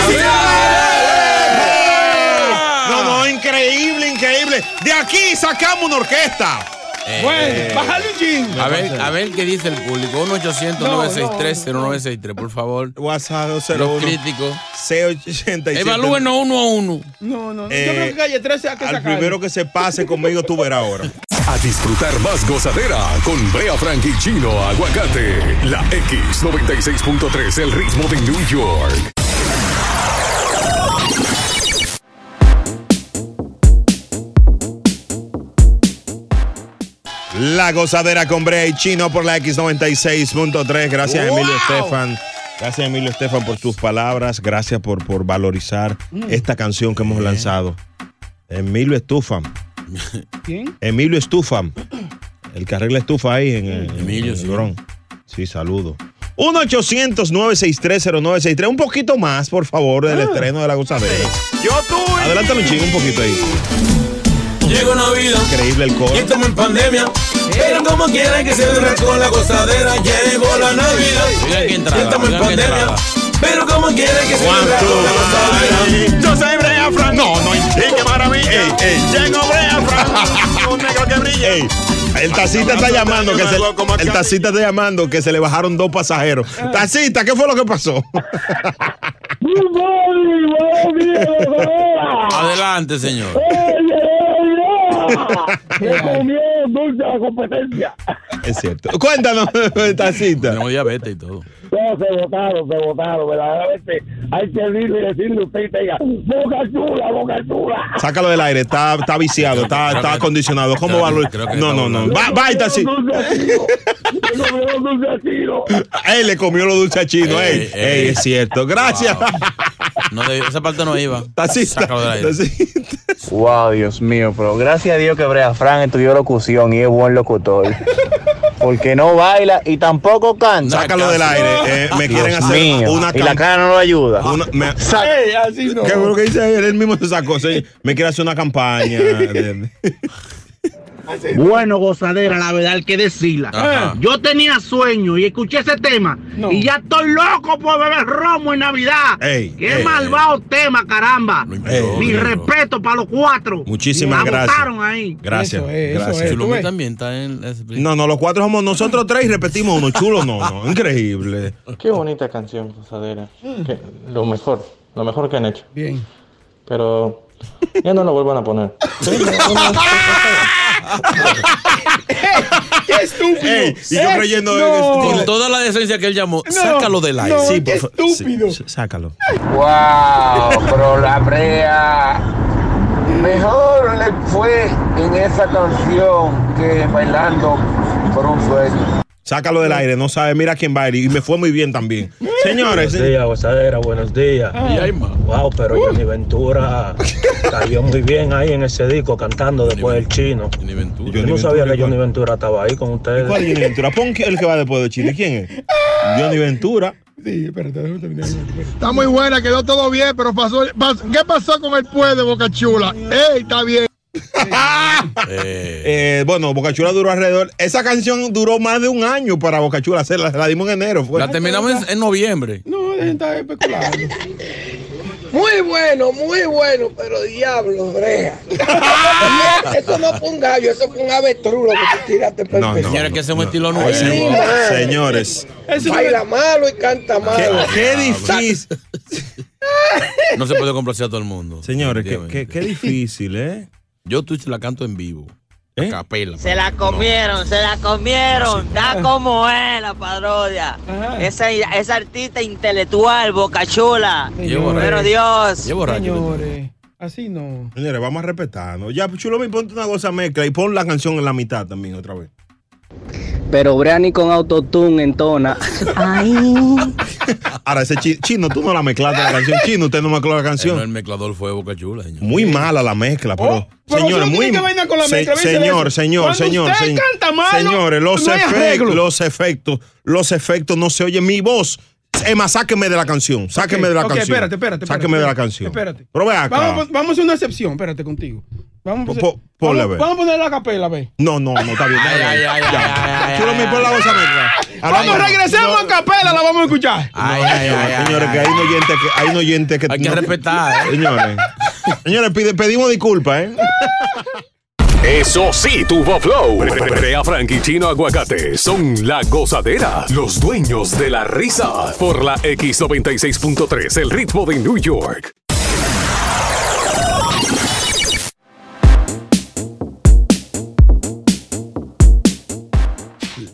Speaker 8: No, no, increíble, increíble. De aquí sacamos una orquesta. Eh,
Speaker 2: Bueno, bájale un chin.
Speaker 1: A ver, a ver qué dice el público. 1 800 963 0963 por favor.
Speaker 8: WhatsApp
Speaker 1: Los críticos.
Speaker 8: C87.
Speaker 1: Evalúenos uno a uno.
Speaker 2: No, no.
Speaker 8: Eh,
Speaker 2: yo creo que calle 13 hay que
Speaker 8: Al
Speaker 2: sacar.
Speaker 8: primero que se pase conmigo, tú verás ahora.
Speaker 7: A disfrutar más gozadera con Brea Frank y Chino Aguacate. La X96.3, el ritmo de New York.
Speaker 8: La gozadera con Brea y Chino por la X96.3. Gracias,
Speaker 3: Wow.
Speaker 8: Emilio Estefan. Gracias, Emilio Estefan, por tus palabras. Gracias por, por valorizar
Speaker 3: Mm.
Speaker 8: esta canción que hemos lanzado. Emilio Estufan.
Speaker 2: ¿Quién?
Speaker 8: Emilio Estufan. El que arregla estufa ahí en, el- en
Speaker 1: Emilio,
Speaker 8: el
Speaker 1: sí.
Speaker 8: Bronx. Sí, saludo. 1-800-963-0963. Un poquito más, por favor, del estreno de la gozadera.
Speaker 3: Yo tuve.
Speaker 8: Adelántame un chingo, un poquito ahí.
Speaker 9: Llegó Navidad.
Speaker 8: Increíble el coro.
Speaker 9: Y estamos en pandemia. Pero como quiera que se celebra con la gozadera, llegó la Navidad.
Speaker 1: Oigan qué entrada,
Speaker 9: Y estamos en
Speaker 1: oigan qué
Speaker 9: pandemia.
Speaker 1: entrada.
Speaker 9: Pero como quiera que se celebra con la gozadera.
Speaker 3: Yo soy Brea Frank. No, no, y qué maravilla.
Speaker 8: Ey, ey.
Speaker 3: Llegó Brea
Speaker 8: [laughs]
Speaker 3: Frank. Un negro que brilla.
Speaker 8: Ey, el tacita está llamando que se, el tacita está llamando que se le bajaron dos pasajeros. Tacita, ¿qué fue lo que pasó?
Speaker 1: Adelante, señor.
Speaker 5: la competencia.
Speaker 8: Es cierto. Cuéntanos, [laughs] tacita.
Speaker 1: Tenemos diabetes y todo.
Speaker 5: No, se votaron, se votaron, verdaderamente. Hay que decirle, decirle usted, tenga, boca chula, boca chula.
Speaker 8: Sácalo del aire, está, está viciado, está, está acondicionado. ¿Cómo va? Luis? No, no, no. Va, va,
Speaker 3: [laughs]
Speaker 8: tacita. Ey, le comió los dulces a chino. Ey, ey,
Speaker 1: Ey, ey. Ah,
Speaker 8: es cierto. Gracias.
Speaker 1: No, de- esa parte no iba.
Speaker 8: Tacita.
Speaker 1: Sácalo del aire.
Speaker 6: Wow, Dios mío, pero gracias a Dios que Brea Fran estudió locución y es buen locutor. Porque no baila y tampoco canta.
Speaker 8: Sácalo del aire. Eh, me quieren
Speaker 6: Dios
Speaker 8: hacer
Speaker 6: mío,
Speaker 8: una
Speaker 6: Y la
Speaker 8: cam-
Speaker 6: cara no lo ayuda.
Speaker 8: Una- me- ¿Qué fue lo que dice él? Él mismo se sacó. sí. Me quiere hacer una
Speaker 1: [laughs]
Speaker 8: campaña. de-
Speaker 23: Bueno, gozadera, la verdad hay que decirla. Eh,
Speaker 8: Ajá.
Speaker 23: Yo tenía sueño y escuché ese tema y ya estoy loco por beber romo en Navidad.
Speaker 8: Ey,
Speaker 23: Qué
Speaker 8: ey,
Speaker 23: malvado tema, caramba.
Speaker 8: impidió,
Speaker 23: Mi
Speaker 8: lo impidió.
Speaker 23: respeto para los cuatro.
Speaker 8: Muchísimas
Speaker 23: La
Speaker 8: gracias.
Speaker 23: botaron ahí.
Speaker 8: Gracias. gracias.
Speaker 1: Chulomín también está en. ese-
Speaker 8: No, no, los cuatro somos nosotros tres y repetimos uno. Chulo, no, no. Increíble.
Speaker 6: Qué bonita canción, Posadera. Que- Lo mejor, lo mejor que han hecho.
Speaker 2: Mm. Bien.
Speaker 6: Pero ya no lo vuelvan a poner.
Speaker 2: ¡Qué estúpido!
Speaker 8: Ey, y yo
Speaker 2: Eh,
Speaker 8: creyendo
Speaker 2: no.
Speaker 1: Con toda la decencia que él llamó,
Speaker 2: No,
Speaker 1: sácalo del aire.
Speaker 2: no,
Speaker 1: Sí,
Speaker 2: qué
Speaker 1: por favor.
Speaker 2: estúpido.
Speaker 8: sácalo.
Speaker 6: ¡Wow! Pero la brea. Mejor le fue en esa canción que bailando por un sueño.
Speaker 8: Sácalo del aire, no sabe. Mira quién va a ir. Y me fue muy bien también. Señores.
Speaker 6: Buenos días, gozadera, buenos días.
Speaker 8: Ah. Y hay Uh.
Speaker 6: Wow, pero Johnny
Speaker 8: [laughs]
Speaker 6: Ventura cayó muy bien ahí en ese disco cantando después del chino. Yo
Speaker 8: Johnny
Speaker 6: no sabía
Speaker 8: Ventura,
Speaker 6: que Johnny Ventura estaba ahí con ustedes.
Speaker 8: ¿Cuál es Johnny Ventura? Pon que- el que va después de Chile. ¿Quién es? Johnny Ventura.
Speaker 2: Sí, espérate, déjame terminar.
Speaker 24: Está muy buena, quedó todo bien, pero pasó, pas- ¿qué pasó con el pueblo de Boca Chula? ¡Ey, está bien!
Speaker 8: Eh, bueno, Bocachula duró alrededor. Esa canción duró más de un año para Bocachula hacerla. La dimos en enero. fue.
Speaker 1: La terminamos en, en noviembre.
Speaker 2: No, dejen estar especulando.
Speaker 21: Muy bueno, muy bueno, pero
Speaker 23: [laughs]
Speaker 21: diablo, breja. eso no fue un gallo, eso fue un avestruz lo que tú tiraste. por
Speaker 8: No, no.
Speaker 1: Señores, que ese es un estilo nuevo.
Speaker 8: Señores, Señores.
Speaker 21: Baila malo y canta
Speaker 23: Ah,
Speaker 21: malo.
Speaker 8: Qué difícil.
Speaker 1: No se puede complacer a todo el mundo.
Speaker 8: Señores, qué-
Speaker 1: Definitivamente.
Speaker 8: qué- qué difícil, ¿eh?
Speaker 1: Yo tú la canto en vivo. A capela.
Speaker 25: Se la comieron, se la comieron. Está como es la parodia. Esa, esa artista intelectual, bocachula.
Speaker 8: Llevo
Speaker 25: Pero
Speaker 8: rey.
Speaker 25: Dios.
Speaker 8: Llevo rey.
Speaker 2: Señores, así no.
Speaker 8: Señores, vamos a respetarnos. Ya, chulo, me ponte una cosa mezcla y pon la canción en la mitad también otra vez.
Speaker 6: Pero Brani con autotune entona.
Speaker 8: [laughs] Ahora, ese chi- chino, tú no la mezclaste la canción. Chino, usted no mezcló la canción.
Speaker 1: El mezclador fue Boca Chula, señor.
Speaker 8: Muy mala la mezcla, pero.
Speaker 2: Oh, pero
Speaker 8: señores,
Speaker 2: usted no
Speaker 8: muy.
Speaker 2: tiene que vaina con la mezcla,
Speaker 8: se-
Speaker 2: ¿viste
Speaker 8: señor,
Speaker 2: eso?
Speaker 8: señor,
Speaker 2: Cuando
Speaker 8: señor.
Speaker 2: usted
Speaker 8: señor.
Speaker 2: canta malo,
Speaker 8: señores, los,
Speaker 2: no hay arreglo.
Speaker 8: efectos, los efectos, los efectos no se oye. Mi voz. Emma, sáqueme de la canción. Sáqueme
Speaker 2: Ok,
Speaker 8: de la
Speaker 2: ok,
Speaker 8: canción.
Speaker 2: espérate, espérate, espérate.
Speaker 8: sáqueme de la canción.
Speaker 2: Espérate.
Speaker 8: Pero ve acá.
Speaker 2: Vamos, a pon- vamos a hacer una excepción, espérate contigo. Vamos, a
Speaker 8: Po-
Speaker 2: hacer-
Speaker 8: po- ponle,
Speaker 2: vamos,
Speaker 8: ve.
Speaker 2: vamos a poner la capela, ve.
Speaker 8: No, no, no, está bien.
Speaker 2: Ay, ay, ay, ay, ay, ay,
Speaker 8: Chulo, me
Speaker 2: ay,
Speaker 8: pon la
Speaker 2: ay.
Speaker 8: voz a mezcla.
Speaker 2: Cuando
Speaker 8: Hablamos-
Speaker 2: regresemos a capela la vamos a escuchar.
Speaker 8: Ay, señores, que hay un oyente que hay un oyente que hay que respetar, señores. Señores, pide- pedimos disculpas, ¿eh?
Speaker 7: Eso sí, tuvo flow. Brea Frank y Chino Aguacate son la gozadera, los dueños de la risa. Por la X96.3, el ritmo de New York.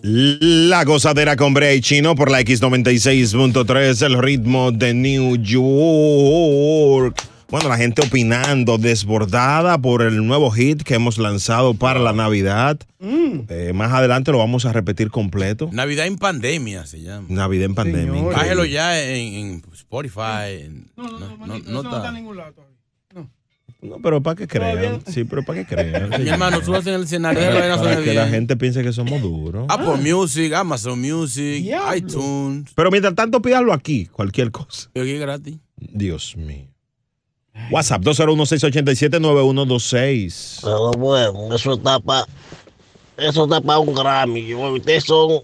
Speaker 8: La gozadera con Brea y Chino por la X96.3, el ritmo de New York. Bueno, la gente opinando, desbordada por el nuevo hit que hemos lanzado para la Navidad. Eh, más adelante lo vamos a repetir completo.
Speaker 1: Navidad en pandemia se llama.
Speaker 8: Navidad en pandemia. increíble.
Speaker 1: Bájelo ya en, en Spotify. en- No, no, no, no está.
Speaker 8: No, pero para que crean. Sí, pero para que crean.
Speaker 1: Mi hermano, tú en el escenario,
Speaker 8: Para-
Speaker 1: la vaina
Speaker 8: para
Speaker 1: suena
Speaker 8: que la
Speaker 1: bien. Ah,
Speaker 8: gente piense que somos duros.
Speaker 1: Apple Music, Amazon Music, iTunes.
Speaker 8: Pero mientras tanto, pídalo aquí, cualquier cosa.
Speaker 1: Pero aquí es gratis.
Speaker 8: Dios mío. WhatsApp 201-687-9126.
Speaker 10: Pero bueno, eso está para eso está para un Grammy. Yo, ustedes son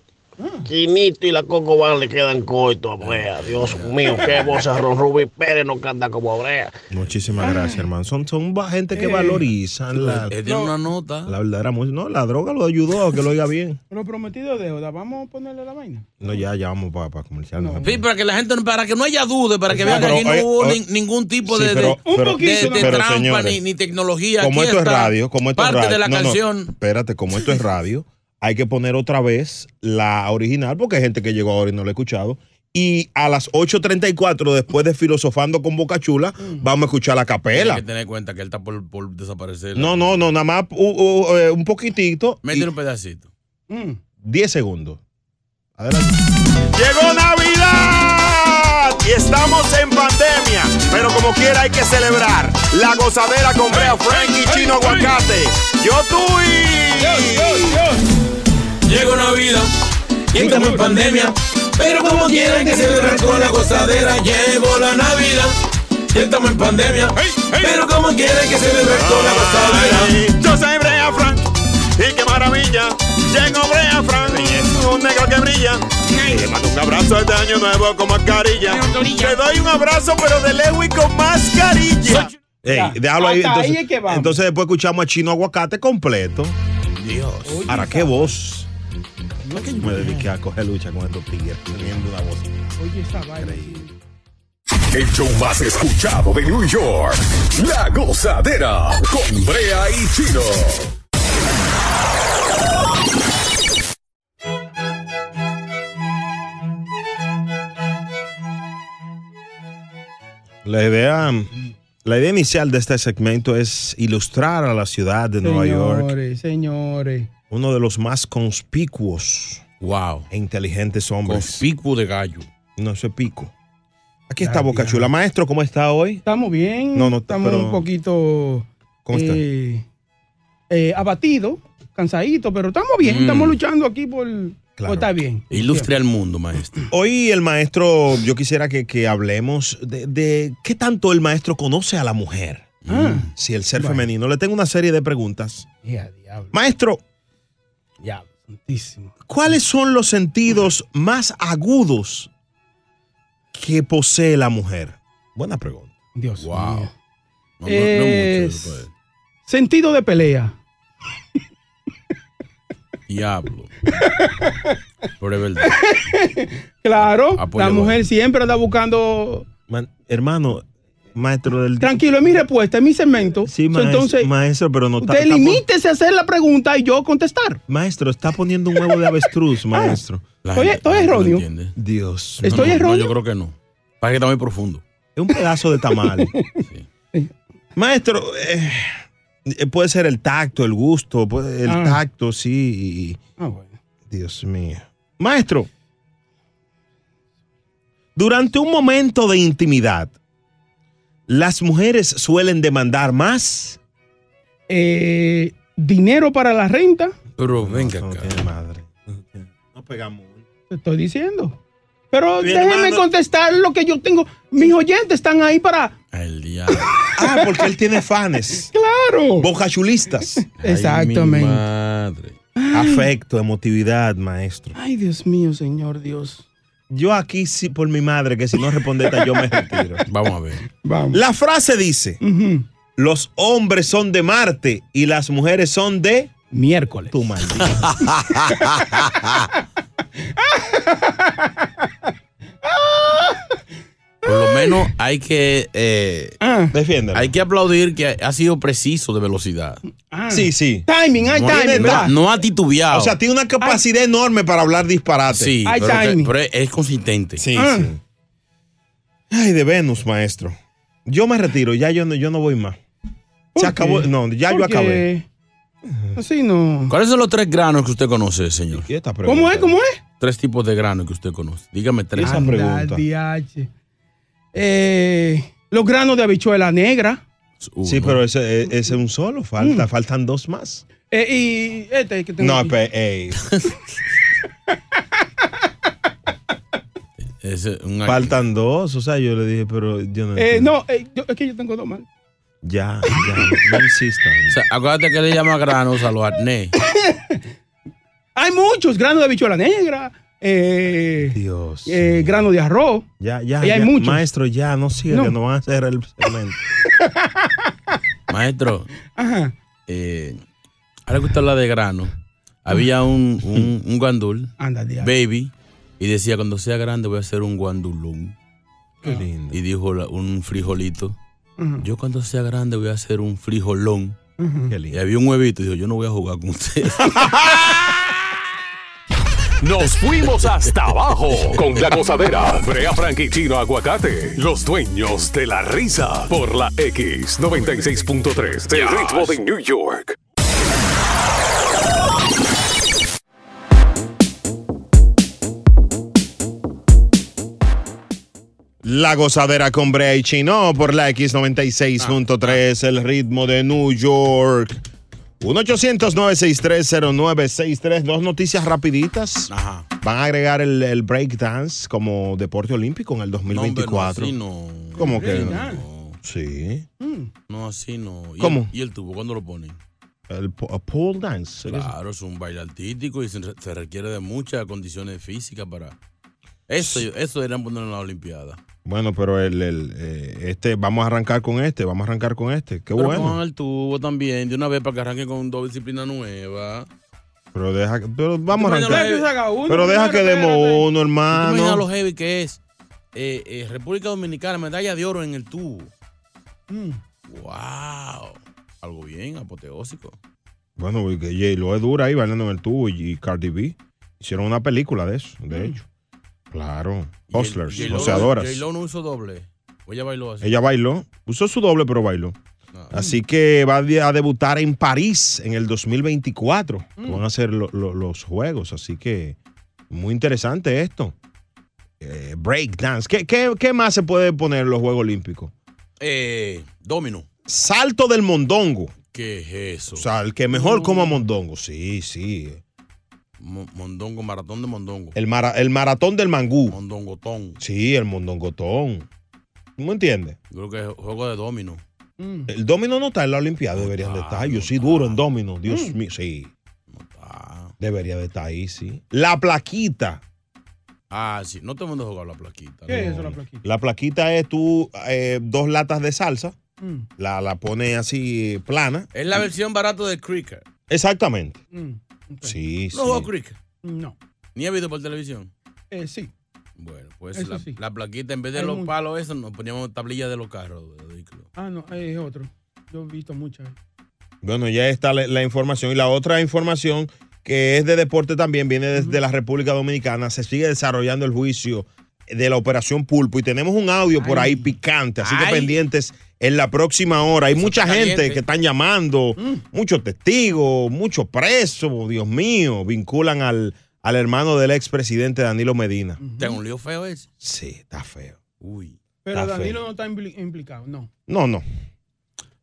Speaker 10: Chinito y la Coco Van le quedan cortos a
Speaker 8: Ah.
Speaker 10: Brea. Dios mío, qué vocerrón. Rubí Pérez no canta como Brea.
Speaker 1: Ah.
Speaker 8: Muchísimas gracias, hermano. Son, son va- gente que
Speaker 10: Ey.
Speaker 8: valorizan la,
Speaker 1: Él Eh, tiene una nota.
Speaker 8: la verdadera música. No, la droga lo ayudó a que lo oiga bien.
Speaker 2: Lo prometido es deuda, vamos a ponerle la vaina.
Speaker 8: No, ya, ya vamos para comercial. No.
Speaker 1: Sí, para que la gente, para que no haya dudas, para que
Speaker 8: Ah,
Speaker 1: vean que
Speaker 8: pero,
Speaker 1: aquí no
Speaker 8: oye,
Speaker 1: hubo
Speaker 8: oye,
Speaker 1: ni- ningún tipo
Speaker 8: sí,
Speaker 1: de,
Speaker 8: pero-
Speaker 1: de-
Speaker 8: pero-
Speaker 1: de- de
Speaker 8: pero,
Speaker 1: trampa
Speaker 8: señores,
Speaker 1: ni, ni tecnología.
Speaker 8: como
Speaker 1: Aquí
Speaker 8: esto es
Speaker 1: está
Speaker 8: radio, como esto
Speaker 1: parte
Speaker 8: es radio.
Speaker 1: de la
Speaker 8: No, no,
Speaker 1: canción.
Speaker 8: espérate, como esto es radio, hay que poner otra vez la original, porque hay gente que llegó ahora y no la ha escuchado. Y a las 8.34, después de Filosofando con Boca Chula,
Speaker 1: Mm.
Speaker 8: vamos a escuchar la
Speaker 1: Hay
Speaker 8: capela.
Speaker 1: que tener en cuenta que él está por, por desaparecer.
Speaker 8: No, no, no, nada más u- u- eh, un poquitito.
Speaker 1: Métele un pedacito.
Speaker 8: 10 segundos.
Speaker 3: [laughs] Llegó Navidad y estamos en pandemia, pero como quiera hay que celebrar. La gozadera con Brea Frank y Chino Aguacate. Yo tú y...
Speaker 9: Llegó Navidad y estamos en pandemia, pero como quieran que celebrar con la gozadera, llegó la Navidad y estamos en pandemia, pero como quieran que celebrar con la gozadera.
Speaker 3: Yo soy Brea Frank y qué maravilla. Llegó Brea Frank, un negro que brilla. Te mando un abrazo este año nuevo con mascarilla. Te doy un abrazo pero de lejos y con mascarilla.
Speaker 8: Ey,
Speaker 3: Ya,
Speaker 8: déjalo ahí.
Speaker 3: hasta ahí
Speaker 8: Entonces,
Speaker 3: es que vamos.
Speaker 8: entonces después escuchamos a Chino Aguacate completo.
Speaker 1: Dios.
Speaker 8: Ahora, qué voz. No que yo me dediqué a coger lucha con estos tigres teniendo una voz.
Speaker 2: Oye, esa vaina.
Speaker 7: El show más escuchado de New York. La gozadera con Brea y Chino.
Speaker 8: La idea, la idea inicial de este segmento es ilustrar a la ciudad de Nueva York,
Speaker 2: Señores, señores.
Speaker 8: uno de los más conspicuos e inteligentes hombres.
Speaker 1: Conspicuo de gallo.
Speaker 8: No, eso es pico. Aquí está Boca Chula. Maestro, ¿cómo está hoy?
Speaker 2: Estamos bien.
Speaker 8: No, no,
Speaker 2: estamos
Speaker 8: pero-
Speaker 2: un poquito.
Speaker 8: ¿Cómo está?
Speaker 2: eh, eh, abatido, cansadito, pero estamos bien.
Speaker 1: Mm.
Speaker 2: Estamos luchando aquí por, por estar bien.
Speaker 1: Ilustre al mundo, maestro.
Speaker 8: Hoy el maestro, yo quisiera que, que hablemos de, de qué tanto el maestro conoce a la mujer.
Speaker 2: Ah.
Speaker 8: Si el ser femenino. Le tengo una serie de preguntas.
Speaker 2: Ya,
Speaker 8: Maestro,
Speaker 2: ya.
Speaker 8: ¿cuáles son los sentidos más agudos que posee la mujer? Buena pregunta.
Speaker 2: Dios Eh,
Speaker 8: wow.
Speaker 2: no Es- Sentido de
Speaker 8: [laughs]
Speaker 2: pelea.
Speaker 8: [laughs]
Speaker 1: Diablo. Pero es verdad.
Speaker 2: Claro,
Speaker 8: Apoyo
Speaker 2: la
Speaker 8: lo
Speaker 2: mujer siempre anda buscando.
Speaker 8: Man- hermano, maestro del.
Speaker 2: Tranquilo, es mi respuesta, es mi segmento.
Speaker 8: maes-
Speaker 2: Entonces,
Speaker 8: maestro, pero no está-
Speaker 2: usted
Speaker 8: está pon-
Speaker 2: limítese a hacer la pregunta y yo contestar.
Speaker 8: Maestro, está poniendo un huevo de
Speaker 2: Ah,
Speaker 8: avestruz, maestro.
Speaker 2: Estoy, estoy erróneo.
Speaker 8: Dios.
Speaker 2: Estoy erróneo.
Speaker 1: yo creo que no. Para que está muy profundo.
Speaker 8: Es un pedazo de
Speaker 1: [laughs]
Speaker 8: tamal. Maestro, eh, eh, puede ser el tacto, el gusto, puede- el
Speaker 2: Ah.
Speaker 8: tacto, sí.
Speaker 2: Ah, bueno.
Speaker 8: Dios mío. Maestro, durante un momento de intimidad, las mujeres suelen demandar más.
Speaker 2: Eh, dinero para la renta,
Speaker 1: Pero venga acá.
Speaker 8: madre. No pegamos.
Speaker 2: te estoy diciendo. Pero
Speaker 8: Mi
Speaker 2: déjeme
Speaker 8: hermano-
Speaker 2: contestar lo que yo tengo. Mis oyentes están ahí para.
Speaker 8: Ah, porque él tiene fans.
Speaker 2: [laughs] Claro.
Speaker 8: Bocachulistas.
Speaker 2: [laughs] Exactamente.
Speaker 8: Afecto, emotividad, maestro.
Speaker 2: Ay, Dios mío, Señor Dios.
Speaker 8: Yo aquí sí por
Speaker 1: [laughs]
Speaker 8: mi madre, que si no respondeta yo me retiro.
Speaker 1: Vamos a ver.
Speaker 8: La frase dice, los hombres son de Marte y las mujeres son de miércoles. Tu maldito.
Speaker 1: [laughs] [laughs] Por lo menos hay que. Eh,
Speaker 2: Ah.
Speaker 1: Hay que aplaudir que ha sido preciso de velocidad.
Speaker 8: Sí, sí.
Speaker 2: Timing, Ah. hay
Speaker 1: Ah. no,
Speaker 2: timing.
Speaker 1: no,
Speaker 2: ¿verdad?
Speaker 1: no ha titubeado.
Speaker 8: O sea, tiene una capacidad enorme para hablar disparate.
Speaker 1: Sí,
Speaker 8: Hay
Speaker 1: pero, que-
Speaker 8: timing.
Speaker 1: pero es consistente.
Speaker 8: Sí,
Speaker 2: Ah.
Speaker 8: sí. Ay, de Venus, maestro. Yo me retiro, ya yo no, yo no voy más. Se acabó. No, ya yo
Speaker 2: Porque-
Speaker 8: acabé.
Speaker 2: Así no.
Speaker 1: ¿Cuáles son los tres granos que usted conoce, señor?
Speaker 2: ¿Cómo es? ¿Cómo es?
Speaker 1: Tres tipos de granos que usted conoce. Dígame tres.
Speaker 2: Anda, DH. Eh, los granos de habichuela negra.
Speaker 8: Sí, pero ese, e, ese es un solo, falta, faltan dos más.
Speaker 2: Eh, y este que Mm. tengo.
Speaker 8: No,
Speaker 2: aquí.
Speaker 8: pe- ey. Faltan dos, o sea, yo le dije, pero yo no.
Speaker 2: Eh, no, eh, yo- es que yo tengo dos mal.
Speaker 8: Ya, ya, no insista.
Speaker 1: O sea, acuérdate que le llama granos a los acné.
Speaker 2: Hay muchos granos de habichuela negra. Eh,
Speaker 8: Dios.
Speaker 2: eh, grano de arroz.
Speaker 8: Ya, ya,
Speaker 2: Y hay
Speaker 8: ya.
Speaker 2: muchos.
Speaker 8: Maestro, ya, no sigue,
Speaker 2: No.
Speaker 8: que no van a hacer el segmento.
Speaker 1: Maestro,
Speaker 2: Ajá.
Speaker 1: eh, ahora que usted habla de grano, había un, un, un guandul,
Speaker 2: Anda, diablo.
Speaker 1: baby, y decía, cuando sea grande voy a hacer un guandulón.
Speaker 2: Qué
Speaker 1: lindo. Y dijo la- un frijolito,
Speaker 2: Ajá.
Speaker 1: yo cuando sea grande voy a hacer un frijolón.
Speaker 2: Ajá.
Speaker 1: Y había un huevito y dijo, yo no voy a jugar
Speaker 8: [laughs]
Speaker 1: con usted.
Speaker 7: Nos fuimos hasta abajo con la gozadera. Brea Frank y Chino Aguacate, los dueños de la risa por la X96.3 del ritmo de New York.
Speaker 8: La gozadera con Brea y Chino por la X96.3, el ritmo de New York. 1-800-963-0963. Dos noticias rapiditas. Van a agregar el, el breakdance como deporte olímpico en el 2024.
Speaker 1: No, hombre, no, así no.
Speaker 8: ¿Cómo que? no?
Speaker 1: Breakdance.
Speaker 8: Sí.
Speaker 1: No, así no. ¿Y
Speaker 8: ¿Cómo?
Speaker 1: El, ¿Y el tubo cuándo lo ponen?
Speaker 8: El po- a pole dance. ¿sí que es?
Speaker 1: Claro, es un baile artístico y se, se requiere de muchas condiciones físicas para... Eso, eso deberían poner en la Olimpiada.
Speaker 8: Bueno, pero el, el, eh, este, vamos a arrancar con este, vamos a arrancar con este. Qué
Speaker 1: Pero
Speaker 8: bueno.
Speaker 1: pongan el tubo también, de una vez para que arranquen con dos disciplinas nuevas.
Speaker 8: Pero deja, pero vamos a
Speaker 1: imaginas
Speaker 8: arrancar.
Speaker 1: los heavy? Saca uno,
Speaker 8: Pero deja
Speaker 1: espérate,
Speaker 8: que demos
Speaker 1: espérate.
Speaker 8: uno,
Speaker 1: ¿Tú imaginas lo
Speaker 8: hermano.
Speaker 1: heavy que es? Eh, eh, República Dominicana, medalla de oro en el tubo. ¡Wow! Algo bien apoteósico.
Speaker 8: Bueno, porque J lo es dura ahí bailando en el tubo y, y Cardi B. Hicieron una película de eso, de hecho. Claro. Hustlers,
Speaker 1: Mm. J-Lo-
Speaker 8: boxeadoras.
Speaker 1: J-Lo no hizo doble. O ella bailó así.
Speaker 8: Ella bailó, usó su doble, pero bailó. Así que va de- a debutar en París en el 2024.
Speaker 1: Mm.
Speaker 8: que Van a ser lo- lo- los juegos, así que muy interesante esto. Eh, breakdance. ¿Qué, qué, qué más se puede poner en los Juegos Olímpicos?
Speaker 1: Eh, Domino.
Speaker 8: Salto del mondongo.
Speaker 1: ¿Qué es eso?
Speaker 8: O sea, el que mejor coma mondongo. Sí, sí.
Speaker 1: Mo- mondongo, maratón de mondongo.
Speaker 8: El, mara- el maratón del mangú.
Speaker 1: Mondongotón.
Speaker 8: Sí, el mondongotón. ¿Tú me entiendes?
Speaker 1: Creo que es juego de domino.
Speaker 8: El domino no está en la Olimpiada, deberían de estar. Yo sí duro en domino, Dios mío, sí. Debería de estar ahí, sí. La plaquita.
Speaker 1: Ah, sí. No te mando a jugar la plaquita.
Speaker 2: ¿Qué es eso, la plaquita?
Speaker 8: La plaquita es tú, eh, dos latas de salsa,
Speaker 2: Mm.
Speaker 8: la, la pones así plana.
Speaker 1: Es la versión barata de cricket.
Speaker 8: Exactamente.
Speaker 2: Mm.
Speaker 8: Sí, sí.
Speaker 1: No juego cricket.
Speaker 2: No.
Speaker 1: Ni he visto por televisión.
Speaker 2: Eh, sí.
Speaker 1: Bueno, pues
Speaker 2: Eso
Speaker 1: la,
Speaker 2: sí.
Speaker 1: la plaquita, en vez de
Speaker 2: Hay
Speaker 1: los
Speaker 2: mucho.
Speaker 1: palos, esos, nos poníamos tablillas de los carros.
Speaker 2: Ah, no, es otro. Yo he visto muchas.
Speaker 8: Bueno, ya está la, la información. Y la otra información que es de deporte también, viene desde la República Dominicana. Se sigue desarrollando el juicio de la operación Pulpo y tenemos un audio por ahí picante, así que
Speaker 11: Ay.
Speaker 8: pendientes en la próxima hora. Hay mucha
Speaker 11: está
Speaker 8: gente
Speaker 11: caliente.
Speaker 8: que están llamando, muchos testigos, muchos presos, Dios mío, vinculan al, al hermano del expresidente Danilo Medina.
Speaker 1: ¿Tengo un lío feo ese?
Speaker 8: Sí, está feo.
Speaker 1: Uy.
Speaker 2: Pero
Speaker 8: Está
Speaker 2: Danilo no está impli- implicado, no.
Speaker 8: No, no.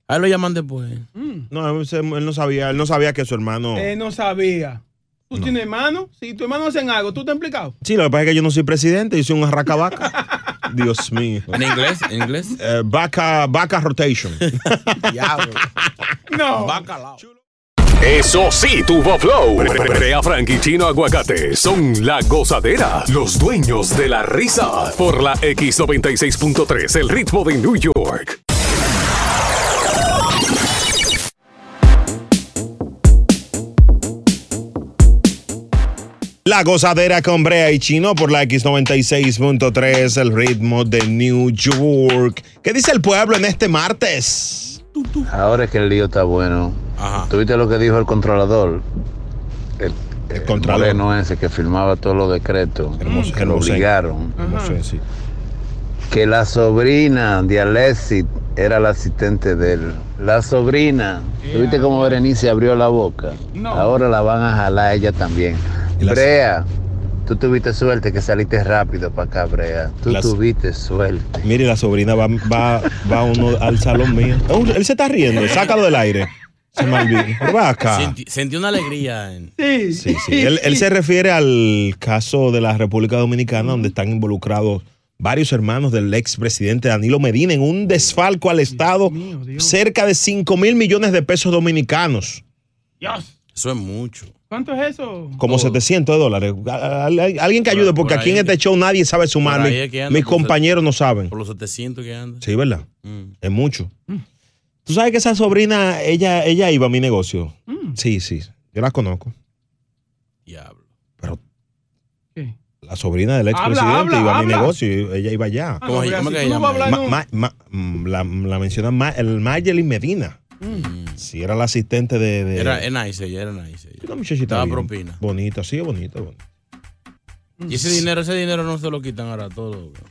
Speaker 1: Ahí lo llaman después.
Speaker 8: No, ese- él no sabía, él no sabía que su hermano.
Speaker 2: Eh, no sabía. ¿Tú tienes hermano? Si tu hermano hacen algo, ¿tú te has implicado?
Speaker 8: Sí, lo que pasa es que yo no soy presidente, yo soy un arracabaca. Dios mío.
Speaker 1: ¿En inglés? ¿En inglés?
Speaker 8: Eh, vaca, vaca rotation. [laughs]
Speaker 2: No.
Speaker 1: Bacalao.
Speaker 7: Eso sí, tuvo flow. Brea Frank y Chino Aguacate son la gozadera, los dueños de la risa por la X96.3, el ritmo de New York.
Speaker 8: La gozadera con Brea y Chino por la X96.3, el ritmo de New York. ¿Qué dice el pueblo en este martes?
Speaker 13: Ahora es que el lío está bueno. ¿Tuviste lo que dijo el controlador? El, el
Speaker 8: controlador.
Speaker 13: moreno ese que firmaba todos los decretos. que lo
Speaker 8: hermoso.
Speaker 13: obligaron.
Speaker 8: Hermoso, sí.
Speaker 13: Que la sobrina de Alexis era la asistente de él. La sobrina. ¿Tuviste cómo Berenice abrió la boca? Ahora la van a jalar ella también. Brea, tú tuviste suerte que saliste rápido para acá, Brea. Tú
Speaker 8: La-
Speaker 13: tuviste suerte.
Speaker 8: Mire, la sobrina va, va, va uno al salón mío. Oh, él se está riendo, sácalo del aire. Se me olvidó.
Speaker 1: [laughs]
Speaker 8: Pero va acá.
Speaker 1: Sentí, sentí una alegría. en-
Speaker 2: Sí, sí,
Speaker 8: Sí, él, él se refiere al caso de la República Dominicana, donde están involucrados varios hermanos del expresidente Danilo Medina en un desfalco al Estado, cerca de 5 mil millones de pesos dominicanos,
Speaker 2: Dios.
Speaker 1: Eso es mucho.
Speaker 2: ¿Cuánto es eso?
Speaker 8: como 700 dólares. A- a- a- Alguien que
Speaker 1: Oh. Por-
Speaker 8: ayude, porque
Speaker 1: por
Speaker 8: aquí en
Speaker 1: ahí-
Speaker 8: este show nadie sabe sumar.
Speaker 1: por ahí
Speaker 8: mis-
Speaker 1: es que anda,
Speaker 8: mis
Speaker 1: por-
Speaker 8: compañeros no saben.
Speaker 1: Por los 700 que anda.
Speaker 8: Sí, ¿verdad?
Speaker 2: Mm.
Speaker 8: Es mucho. Tú sabes que esa sobrina, ella, ella iba a mi negocio.
Speaker 2: Mm.
Speaker 8: Sí, sí. Yo la conozco.
Speaker 1: Diablo.
Speaker 8: Pero.
Speaker 2: ¿Qué?
Speaker 8: La sobrina del
Speaker 2: Habla,
Speaker 8: expresidente
Speaker 2: habla,
Speaker 8: iba a mi
Speaker 2: habla.
Speaker 8: negocio. Ella iba allá.
Speaker 2: ¿Cómo no, es- cómo es si que tú no ella vas a llama? hablar, no.
Speaker 8: Ma- ma- ma- la, la menciona Ma- el Mayelin Medina.
Speaker 2: Mm.
Speaker 8: Sí, era la asistente de. de-
Speaker 1: Mm. Era, era nice ella, era nice ella.
Speaker 8: una muchachita.
Speaker 1: daba
Speaker 8: bien
Speaker 1: propina.
Speaker 8: Bonita, sí, bonita. bonita.
Speaker 2: Mm.
Speaker 1: Y ese dinero, ese dinero no se lo quitan ahora todo. bro.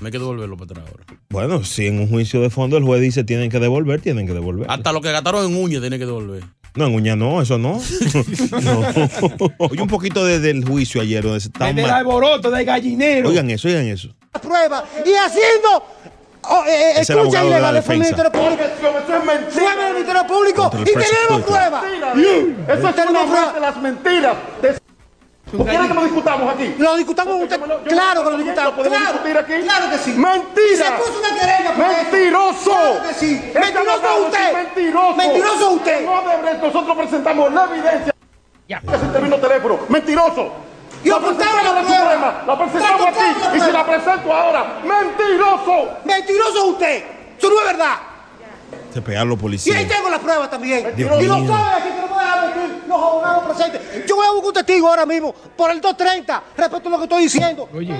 Speaker 1: No hay que devolverlo para atrás ahora.
Speaker 8: Bueno, si en un juicio de fondo el juez dice tienen que devolver, tienen que devolver.
Speaker 1: Hasta lo que gastaron en uña tiene que devolver.
Speaker 8: No, en Uña no, eso no. no. Oye, un poquito de- del juicio ayer donde se está
Speaker 2: Desde el
Speaker 8: mal-
Speaker 2: alboroto, de gallinero.
Speaker 8: Oigan eso, oigan eso.
Speaker 23: prueba y haciendo oh, eh,
Speaker 8: Es el
Speaker 23: escucha
Speaker 8: abogado de la
Speaker 23: ilegales del
Speaker 8: defensa.
Speaker 23: Ministerio Público. Prueba del Ministerio Público
Speaker 8: Contra el
Speaker 23: y
Speaker 8: presidente.
Speaker 23: tenemos prueba.
Speaker 3: Eso es
Speaker 23: Tenemos
Speaker 3: una
Speaker 23: prueba.
Speaker 3: de las mentiras. De... ¿Tú quieres que lo discutamos aquí?
Speaker 23: Lo discutamos con usted.
Speaker 3: yo-
Speaker 23: Claro que lo discutamos.
Speaker 3: ¿Lo podemos
Speaker 23: claro,
Speaker 3: discutir aquí?
Speaker 23: claro que sí.
Speaker 3: ¡Mentira!
Speaker 23: Se puso una querella por eso.
Speaker 3: ¡Mentiroso!
Speaker 23: Claro que sí.
Speaker 3: Este
Speaker 23: Mentiroso
Speaker 3: abogado es
Speaker 23: usted.
Speaker 3: un ¡Mentiroso!
Speaker 23: Mentiroso usted.
Speaker 3: No Odebrecht, nosotros presentamos la evidencia. Ya. Que se terminó el teléfono. ¡Mentiroso!
Speaker 23: Y
Speaker 3: la presentamos
Speaker 23: ocultaron la
Speaker 3: en
Speaker 23: prueba.
Speaker 3: Suprema, la presentamos
Speaker 23: Ocultaron la
Speaker 3: aquí y
Speaker 23: prueba.
Speaker 3: se la presento ahora. ¡Mentiroso!
Speaker 23: Mentiroso usted. Eso no es verdad.
Speaker 8: Se pegaron los
Speaker 23: Y ahí
Speaker 8: policías.
Speaker 23: tengo las pruebas también.
Speaker 8: Dios
Speaker 23: y lo
Speaker 8: mío.
Speaker 23: saben aquí que no me dejan mentir los abogados presentes. Yo voy a buscar un testigo ahora mismo por el 230 respecto a lo que estoy diciendo. Oye,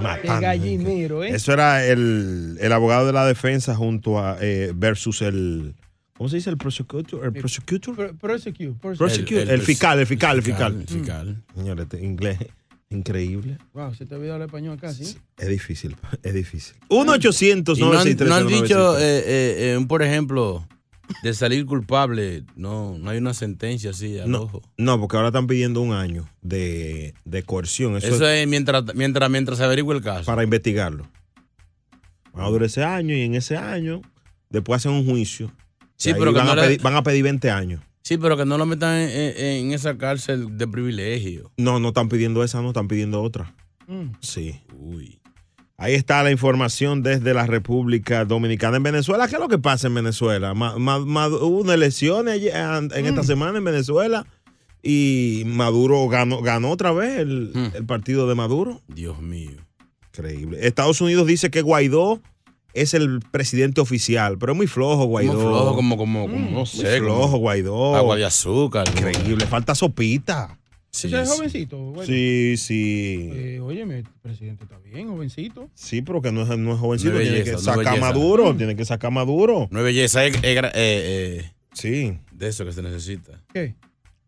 Speaker 8: Matando. Eso era el, el abogado de la defensa junto a eh, versus el ¿cómo se dice? el prosecutor, el prosecutor,
Speaker 2: Pro- Prosecute. prosecute.
Speaker 8: prosecutor, el, fiscal, el fiscal, el fiscal.
Speaker 2: fiscal,
Speaker 8: Mm. Señores, este inglés increíble.
Speaker 2: Wow, se te olvidó hablar español ¿eh? acá, ¿sí?
Speaker 8: Es difícil, es difícil. 1 800
Speaker 1: Y no han,
Speaker 8: 963
Speaker 1: no han dicho,
Speaker 8: 0963.
Speaker 1: eh, eh, eh, un por ejemplo, de salir culpable. No, no hay una sentencia así al
Speaker 8: no,
Speaker 1: ojo.
Speaker 8: no, porque ahora están pidiendo un año de, de coerción. Eso,
Speaker 1: Eso,
Speaker 8: es
Speaker 1: es mientras, mientras, mientras se averigua el caso.
Speaker 8: para investigarlo. Van a durar ese año y en ese año después hacen un juicio.
Speaker 1: Sí,
Speaker 8: Y ahí
Speaker 1: pero que
Speaker 8: van,
Speaker 1: no
Speaker 8: a
Speaker 1: le-
Speaker 8: pedir, van a pedir 20 años.
Speaker 1: Sí, pero que no lo metan en, en- en esa cárcel de privilegio.
Speaker 8: No, no están pidiendo esa, no están pidiendo otra.
Speaker 21: Mm.
Speaker 8: Sí. Ahí está la información desde la República Dominicana. En Venezuela, ¿qué es lo que pasa en Venezuela? Ma- ma- ma- hubo una elección ayer- an- en
Speaker 1: Mm.
Speaker 8: esta semana en Venezuela y Maduro ganó, ganó otra vez el,
Speaker 1: Mm.
Speaker 8: el partido de Maduro.
Speaker 1: Dios mío.
Speaker 8: Increíble. Estados Unidos dice que Guaidó es el presidente oficial, pero es muy flojo Guaidó.
Speaker 1: Como flojo, como, como, como no
Speaker 8: Muy
Speaker 1: sé.
Speaker 8: flojo
Speaker 1: como
Speaker 8: Guaidó.
Speaker 1: Agua de azúcar.
Speaker 8: Increíble, falta sopita.
Speaker 1: Sí,
Speaker 2: Ese es jovencito. Bueno.
Speaker 8: Sí, sí.
Speaker 2: Eh, óyeme, el presidente está bien, jovencito. Mm.
Speaker 8: Sí, pero que no es, no es jovencito.
Speaker 1: No es
Speaker 8: tiene
Speaker 1: belleza,
Speaker 8: que
Speaker 1: no es
Speaker 8: sacar
Speaker 1: belleza.
Speaker 8: Maduro. Tiene que sacar Maduro.
Speaker 1: No es belleza, es, es gra- eh, eh,
Speaker 8: Sí.
Speaker 1: de eso que se necesita.
Speaker 2: ¿Qué?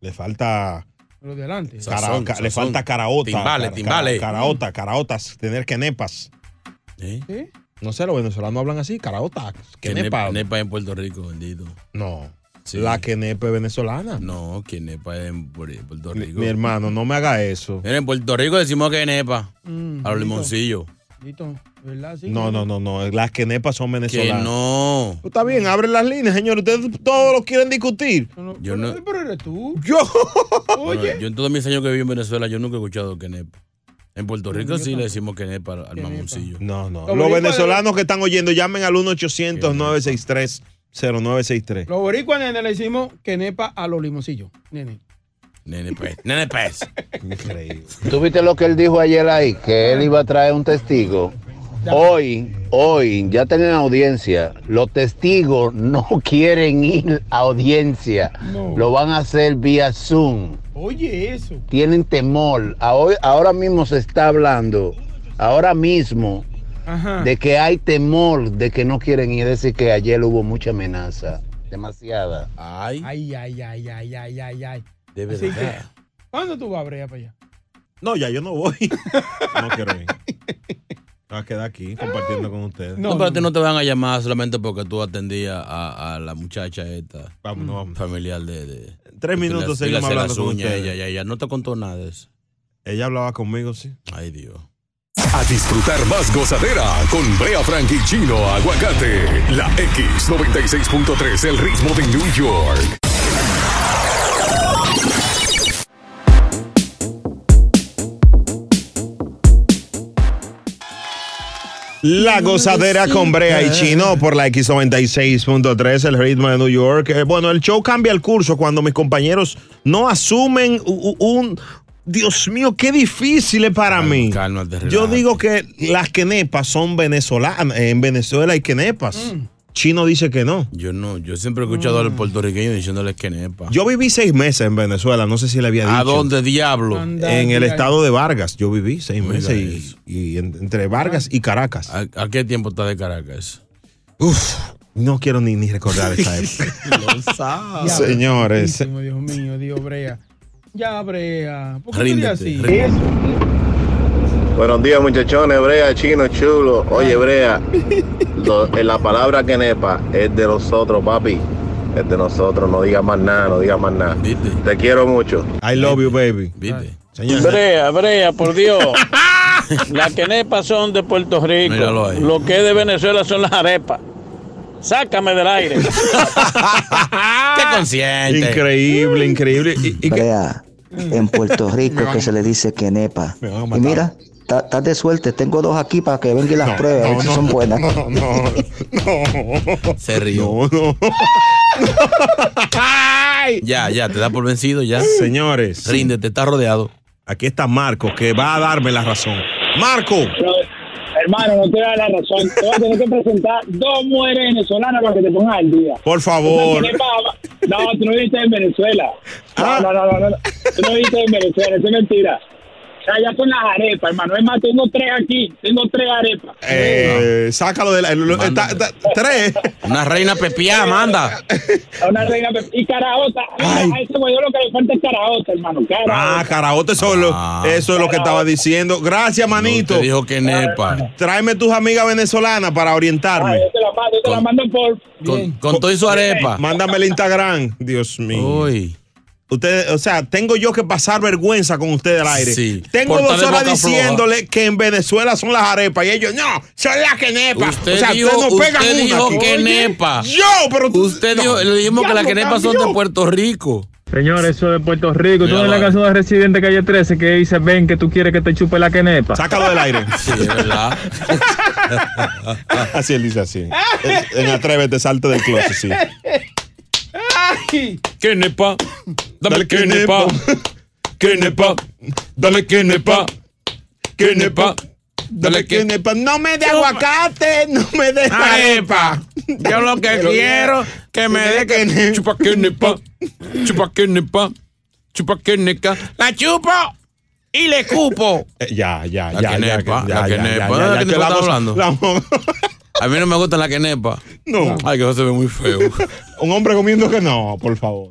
Speaker 8: Le falta.
Speaker 2: Lo de adelante.
Speaker 8: cara-
Speaker 1: Sazón,
Speaker 8: ca- Le
Speaker 1: sazón.
Speaker 8: falta caraota.
Speaker 1: Timbales,
Speaker 8: cara-
Speaker 1: timbales. ¿Eh?
Speaker 8: cara- Caraota, caraotas. Tener quenepas.
Speaker 2: ¿Qué?
Speaker 8: No sé, los venezolanos hablan así. Caraotas.
Speaker 1: Que nepa,
Speaker 8: Quenepa.
Speaker 1: nepa en Puerto Rico, bendito.
Speaker 8: No.
Speaker 1: Sí.
Speaker 8: La quenepa es venezolana.
Speaker 1: No, que nepa es en Puer- Puerto
Speaker 8: Mi,
Speaker 1: Rico.
Speaker 8: mi hermano, no me haga eso.
Speaker 1: Mira, en Puerto Rico decimos que nepa.
Speaker 2: Mm,
Speaker 1: a
Speaker 2: rico.
Speaker 1: los limoncillos.
Speaker 2: Dito, ¿verdad? Sí,
Speaker 8: No, no, no, no. Las quenepas son
Speaker 1: Que
Speaker 8: venezolanas. Pues
Speaker 1: no.
Speaker 8: Está bien, abren las líneas, señores. Ustedes todos lo quieren discutir.
Speaker 1: Yo no.
Speaker 2: Pero eres tú.
Speaker 8: Yo.
Speaker 1: Bueno, yo en todos mis años que viví en Venezuela, yo nunca he escuchado quenepa. En Puerto Rico sí le decimos quenepa al- al mamoncillo.
Speaker 8: No, no. [laughs]
Speaker 1: Los
Speaker 8: Los
Speaker 1: boricuas-
Speaker 8: venezolanos que están oyendo, llamen al 1-800-963-0963.
Speaker 2: Los boricuas, nene, le hicimos que nepa a los limoncillos. Nene.
Speaker 1: Nene pez, nene
Speaker 8: [laughs]
Speaker 1: pez.
Speaker 13: ¿Tú viste lo que él dijo ayer ahí? Que él iba a traer un testigo. Hoy, hoy, ya tienen audiencia. Los
Speaker 23: [laughs]
Speaker 13: testigos no quieren ir a audiencia. Lo van a hacer vía Zoom.
Speaker 2: Oye, eso.
Speaker 23: tienen temor. Ahora, ahora mismo se está hablando, ahora mismo,
Speaker 1: Ah.
Speaker 2: Ajá.
Speaker 23: de que hay temor de que no quieren ir. Es decir, que ayer hubo mucha amenaza, demasiada.
Speaker 1: Ay.
Speaker 2: Ay, ay, ay, ay, ay, ay, ay.
Speaker 23: De
Speaker 2: Así que, ¿cuándo tú vas a bregar para allá?
Speaker 8: No, ya yo no
Speaker 1: [laughs]
Speaker 8: voy. No quiero ir. Me voy a quedar aquí compartiendo con ustedes.
Speaker 1: No, pero a ti no te van a llamar solamente porque tú atendías a, a la muchacha esta. Mm. Familiar de. de-
Speaker 8: Tres
Speaker 1: que
Speaker 8: minutos
Speaker 1: le- que le
Speaker 8: seguimos
Speaker 1: hace las
Speaker 8: hablando con
Speaker 1: uñas,
Speaker 8: ustedes.
Speaker 1: Ella, ella, ella. No te contó nada de eso.
Speaker 8: Ella hablaba conmigo, sí.
Speaker 1: Ay, Dios.
Speaker 7: A disfrutar más gozadera con Brea Frank y Chino Aguacate. La X96.3, el ritmo de New York. [laughs]
Speaker 8: La gozadera con Brea y Chino por la X96.3, el ritmo de New York. Eh, bueno, el show cambia el curso cuando mis compañeros no asumen u- u- un... Dios mío, qué difícil es para mí. Yo digo que las quenepas son venezolanas. En Venezuela hay quenepas. Chino dice que no.
Speaker 1: Yo no, yo siempre he
Speaker 8: Mm.
Speaker 1: escuchado al puertorriqueño diciéndoles que nepa.
Speaker 8: Yo viví seis meses en Venezuela, no sé si le había dicho.
Speaker 1: ¿A dónde diablo?
Speaker 8: En el estado de Vargas, yo viví seis meses y, y en- entre Vargas y Caracas.
Speaker 1: ¿A, a qué tiempo está
Speaker 8: [laughs]
Speaker 1: de Caracas?
Speaker 8: Uf, no quiero ni, ni recordar
Speaker 1: [laughs]
Speaker 8: esa época.
Speaker 1: Lo sabes.
Speaker 8: Señores,
Speaker 2: Santísimo, Dios mío, Dios, Brea. Ya, Brea. ¿Por qué tú eres así?
Speaker 13: Buenos días, muchachones. Brea, chino, chulo. Oye, Brea, lo- en la palabra que nepa es de nosotros, papi. Es de nosotros. No digas más nada, no digas más nada. Te quiero mucho.
Speaker 8: I love you, baby.
Speaker 26: Brea, Brea, por
Speaker 1: [laughs]
Speaker 26: Dios. las quenepas son de Puerto Rico.
Speaker 8: Míralo ahí.
Speaker 26: Lo que es de Venezuela son las arepas. Sácame del aire.
Speaker 1: [laughs] Qué consciente.
Speaker 8: Increíble, increíble. Y, y que-
Speaker 18: Brea, en Puerto Rico que se le dice que nepa. Y mira, estás de suerte, tengo dos aquí para que vengan las pruebas, a ver si son buenas.
Speaker 1: Se rió. ya, ya, te da por vencido ya.
Speaker 8: Señores.
Speaker 1: Ríndete, está rodeado.
Speaker 8: Aquí está Marco, que va a darme la razón. Marco.
Speaker 6: Hermano, no te da la razón. Te voy a tener que presentar dos mujeres venezolanas para que te pongas al día.
Speaker 8: Por favor.
Speaker 6: Tú sabes que pa- No, tú no viste en Venezuela.
Speaker 8: Ah.
Speaker 6: No, no, no, no, no, no. Tú no viste en Venezuela, eso es mentira. O sea, ya son las arepas, hermano. Es más, tengo tres aquí. Tengo tres arepas.
Speaker 8: eh, sácalo de la. el- está- está- tres.
Speaker 1: Una reina pepiá, manda.
Speaker 6: Una reina pe- y caraota. A ese güey lo que le falta es caraota, hermano. Caraota.
Speaker 8: Ah, carabote, eso, es lo- eso es lo que estaba diciendo. Gracias, manito.
Speaker 1: Ah. te dijo que nepa.
Speaker 8: Tráeme tus amigas venezolanas para orientarme.
Speaker 6: yo te la mando, yo te la mando por.
Speaker 1: Con, con todo y su arepa.
Speaker 8: Mándame el Instagram. Dios mío. Ustedes, o sea, tengo yo que pasar vergüenza con ustedes al aire.
Speaker 1: Sí.
Speaker 8: Tengo
Speaker 1: Por
Speaker 8: dos
Speaker 1: estar de
Speaker 8: horas
Speaker 1: boca floja.
Speaker 8: diciéndole que en Venezuela son las arepas y ellos, no, son las quenepas.
Speaker 1: Usted
Speaker 8: o sea,
Speaker 1: dijo,
Speaker 8: ustedes nos
Speaker 1: usted
Speaker 8: pegan una
Speaker 1: dijo
Speaker 8: aquí.
Speaker 1: que
Speaker 8: Oye,
Speaker 1: nepa.
Speaker 8: Yo, pero
Speaker 1: usted dijo, le dijimos
Speaker 8: ya
Speaker 1: que las
Speaker 8: lo
Speaker 1: quenepas son de
Speaker 8: cambió.
Speaker 1: Puerto Rico.
Speaker 27: Señor, eso de Puerto Rico. Tú
Speaker 1: Mira,
Speaker 27: en la
Speaker 1: vale.
Speaker 27: canción de Residente Calle 13 que dice, ven que tú quieres que te chupe la quenepa.
Speaker 8: Sácalo del aire.
Speaker 1: [laughs] Sí, es verdad.
Speaker 8: así él dice así. Es- En atrévete, salte del closet, sí.
Speaker 2: Ay.
Speaker 1: Que nepa. Dame que nepa.
Speaker 8: Que nepa. Dame que nepa. Que nepa. Dame que nepa. No me dé aguacate, no me dé
Speaker 1: arepa. Ah, Yo lo que quiero que me dé que chupa que nepa. Chupa que nepa. Chupa Ah, que neca.
Speaker 8: Ah,
Speaker 1: La chupo y le cupo.
Speaker 8: Eh, Ya, ya, ya.
Speaker 1: La
Speaker 8: ya,
Speaker 1: quenepa,
Speaker 8: ya, ya,
Speaker 1: la
Speaker 8: ya,
Speaker 1: quenepa.
Speaker 8: ya, ya,
Speaker 1: ¿De qué
Speaker 8: que
Speaker 1: tú
Speaker 8: la
Speaker 1: estás
Speaker 8: vamos-
Speaker 1: hablando?
Speaker 8: la vamos-
Speaker 1: A mí no me gusta la quenepa.
Speaker 8: No.
Speaker 1: Ay, que eso se ve muy feo.
Speaker 8: Un hombre comiendo que no, por favor.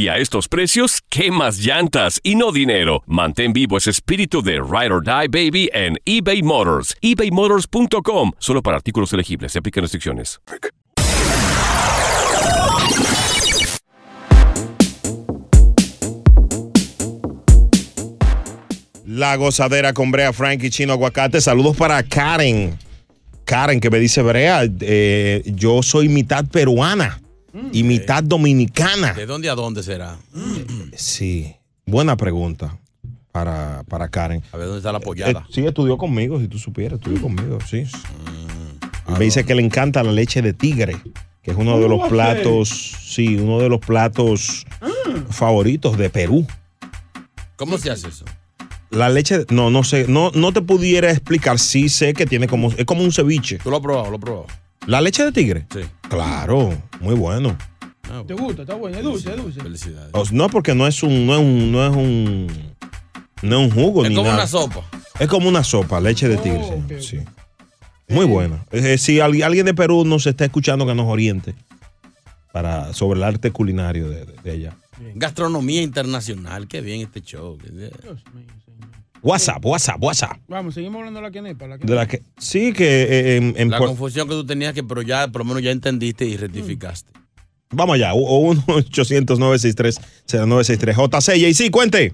Speaker 4: a estos precios, ¿qué más llantas y no dinero? Mantén vivo ese espíritu de Ride or Die Baby en eBay Motors. ebaymotors.com. Solo para artículos elegibles. Se aplican restricciones.
Speaker 8: La gozadera con Brea, Frankie, Chino, Aguacate. Saludos para Karen. Karen, que me dice, Brea, eh, yo soy mitad peruana y mitad dominicana.
Speaker 1: ¿De dónde a dónde será?
Speaker 8: Sí. Buena pregunta para, para Karen.
Speaker 1: A ver dónde está la pollada.
Speaker 8: Eh, sí, estudió conmigo, si tú supieras, estudió conmigo, sí.
Speaker 1: Mm.
Speaker 8: Me dice que le encanta la leche de tigre, que es uno de
Speaker 2: ¿Cómo
Speaker 8: los
Speaker 2: va a
Speaker 8: platos, sí, uno de los platos
Speaker 1: Mm.
Speaker 8: favoritos de Perú.
Speaker 1: ¿Cómo se hace eso?
Speaker 8: La leche, no, no sé, no, no te pudiera explicar, sí sé que tiene como, es como un ceviche.
Speaker 1: Tú lo has probado, lo has probado.
Speaker 8: ¿La leche de tigre?
Speaker 1: Sí.
Speaker 8: Claro, muy bueno.
Speaker 2: ¿Te gusta? Está bueno, es dulce, es dulce.
Speaker 1: Felicidades.
Speaker 8: O s- No, porque no es un, no es un, no es un, no es un jugo
Speaker 1: Es
Speaker 8: ni
Speaker 1: como
Speaker 8: nada.
Speaker 1: una sopa.
Speaker 8: Es como una sopa, leche de tigre, sí, sí. Muy buena. Eh, eh, si al- alguien de Perú nos está escuchando, que nos oriente para, sobre el arte culinario de, de- de allá.
Speaker 1: Gastronomía internacional. Qué bien este show.
Speaker 8: WhatsApp, WhatsApp, WhatsApp.
Speaker 2: Vamos, seguimos hablando de la quenepa. La
Speaker 8: De la que, sí, que eh, en, en
Speaker 1: La
Speaker 8: Pue-
Speaker 1: confusión que tú tenías que, pero ya, por lo menos ya entendiste y rectificaste.
Speaker 8: Vamos allá, [laughs] 1 800 963 0963 JC, sí, cuente.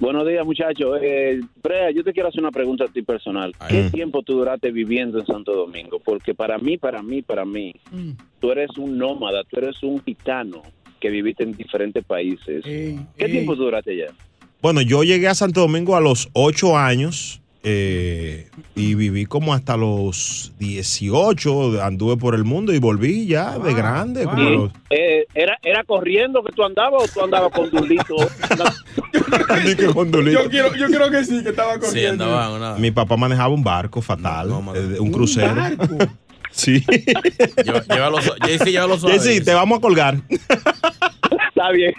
Speaker 5: Buenos días, muchachos. Eh, Brea, yo te quiero hacer una pregunta a ti personal. ¿Qué tiempo tú duraste viviendo en Santo Domingo? Porque para mí, para mí, para mí, tú eres un nómada, tú eres un gitano que viviste en diferentes países. ¿Qué tiempo tú duraste allá?
Speaker 8: Bueno, yo llegué a Santo Domingo a los 8 años eh, y viví como hasta los 18, anduve por el mundo y volví ya de
Speaker 6: Ah.
Speaker 8: grande. como a los- [laughs]
Speaker 5: Eh, ¿era, ¿Era corriendo que tú andabas o tú andabas con tu
Speaker 8: [laughs]
Speaker 5: lito?
Speaker 2: Yo quiero, yo creo que sí, que estaba corriendo.
Speaker 8: Mi papá manejaba un barco fatal, eh, un crucero.
Speaker 1: [laughs]
Speaker 8: Sí.
Speaker 1: Llévalo, su- Jaycee, llévalo suave.
Speaker 8: Sí, te vamos a colgar.
Speaker 5: Está bien.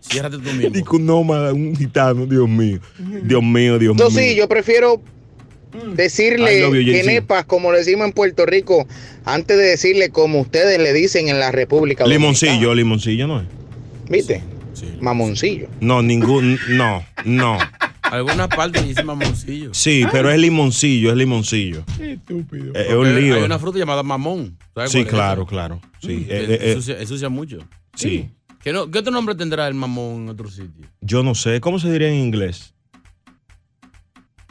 Speaker 1: Ciérrate tú mismo.
Speaker 8: Digo, un nómada, un gitano, Dios mío. Dios mío, Dios mío.
Speaker 13: Yo sí, yo prefiero
Speaker 8: I
Speaker 13: decirle
Speaker 8: love you, Jay-Z.
Speaker 13: quenepas, como le decimos en Puerto Rico, antes de decirle como ustedes le dicen en la República
Speaker 8: Limoncillo, limoncillo no es.
Speaker 13: Dominicana. ¿Viste? Mamoncillo.
Speaker 8: No, ningún, no, no.
Speaker 1: Algunas partes dice mamoncillo.
Speaker 8: Sí, pero es limoncillo, es limoncillo. Eh,
Speaker 1: Estúpido.
Speaker 8: [laughs] Es- es un lío.
Speaker 1: Hay una fruta llamada mamón. ¿sabes
Speaker 8: Sí,
Speaker 1: cuál es?
Speaker 8: claro, claro. Sí,
Speaker 1: Mm,
Speaker 8: eh,
Speaker 1: que
Speaker 8: eh, eh.
Speaker 1: ensucia, ensucia mucho.
Speaker 8: Sí.
Speaker 1: ¿Qué, no- qué otro nombre tendrá el mamón en otro sitio?
Speaker 8: Yo no sé, ¿cómo se diría en inglés?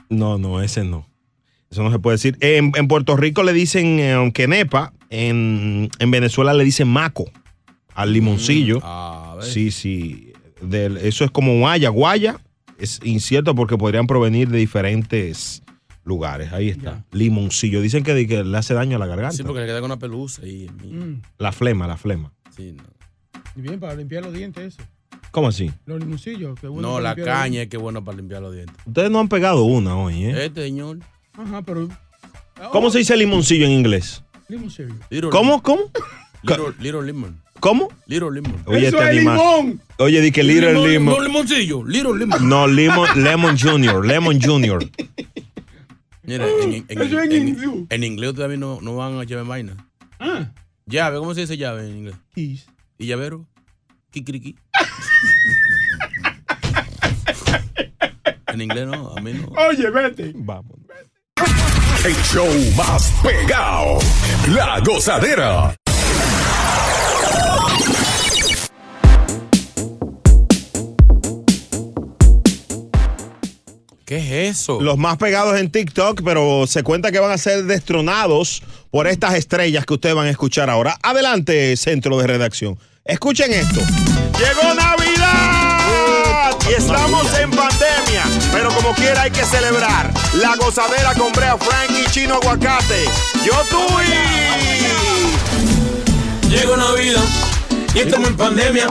Speaker 8: No, no, ese no. Eso no se puede decir. En, en Puerto Rico le dicen eh, quenepa, en, en Venezuela le dicen maco, al
Speaker 1: Mm,
Speaker 8: limoncillo.
Speaker 1: ah,
Speaker 8: sí, sí. Del- eso es como guaya. Guaya es incierto porque podrían provenir de diferentes lugares. Ahí está. Limoncillo. Dicen que, que le hace daño a la garganta. Mm.
Speaker 1: Sí, porque le queda con una pelusa ahí.
Speaker 8: La flema, la flema.
Speaker 1: Sí, no.
Speaker 2: Y bien, para limpiar los dientes, eso.
Speaker 8: ¿Cómo así?
Speaker 2: Los limoncillos. qué bueno
Speaker 1: No,
Speaker 2: para
Speaker 1: la
Speaker 2: limpiar los
Speaker 1: caña es que bueno para limpiar los dientes.
Speaker 8: Ustedes no han pegado una hoy, ¿eh?
Speaker 1: Este señor.
Speaker 2: Ajá, pero.
Speaker 1: Oh.
Speaker 2: Oh,
Speaker 8: ¿Cómo se dice limoncillo en inglés?
Speaker 2: Limoncillo.
Speaker 8: ¿Cómo? ¿Cómo?
Speaker 1: Little, little Lemon.
Speaker 8: ¿Cómo?
Speaker 1: Little Lemon.
Speaker 8: Oye, este animal. Oye, di que Little
Speaker 1: Limón,
Speaker 8: Lemon.
Speaker 1: No, limoncillo. Little Lemon.
Speaker 8: No, Lemon, Lemon Junior. Lemon Junior.
Speaker 1: Mira, en, en- en- en- en- en inglés todavía no, no van a llevar vaina.
Speaker 8: Ah.
Speaker 1: Llave, ¿cómo se dice llave en inglés? ¿Y llavero?
Speaker 8: [laughs]
Speaker 1: Kikiriki. en inglés no, a mí no.
Speaker 2: Oye, vete.
Speaker 8: Vamos.
Speaker 7: El show más pegado. La gozadera.
Speaker 1: ¿Qué es eso?
Speaker 8: Los más pegados en TikTok, pero se cuenta que van a ser destronados por estas estrellas que ustedes van a escuchar ahora. Adelante, centro de redacción. Escuchen esto. Llegó Navidad
Speaker 3: y
Speaker 8: estamos
Speaker 3: en pandemia, pero como quiera hay que celebrar. La gozadera con Brea Frank y Chino Aguacate. Yo tuve.
Speaker 9: Llegó Navidad y estamos en pandemia,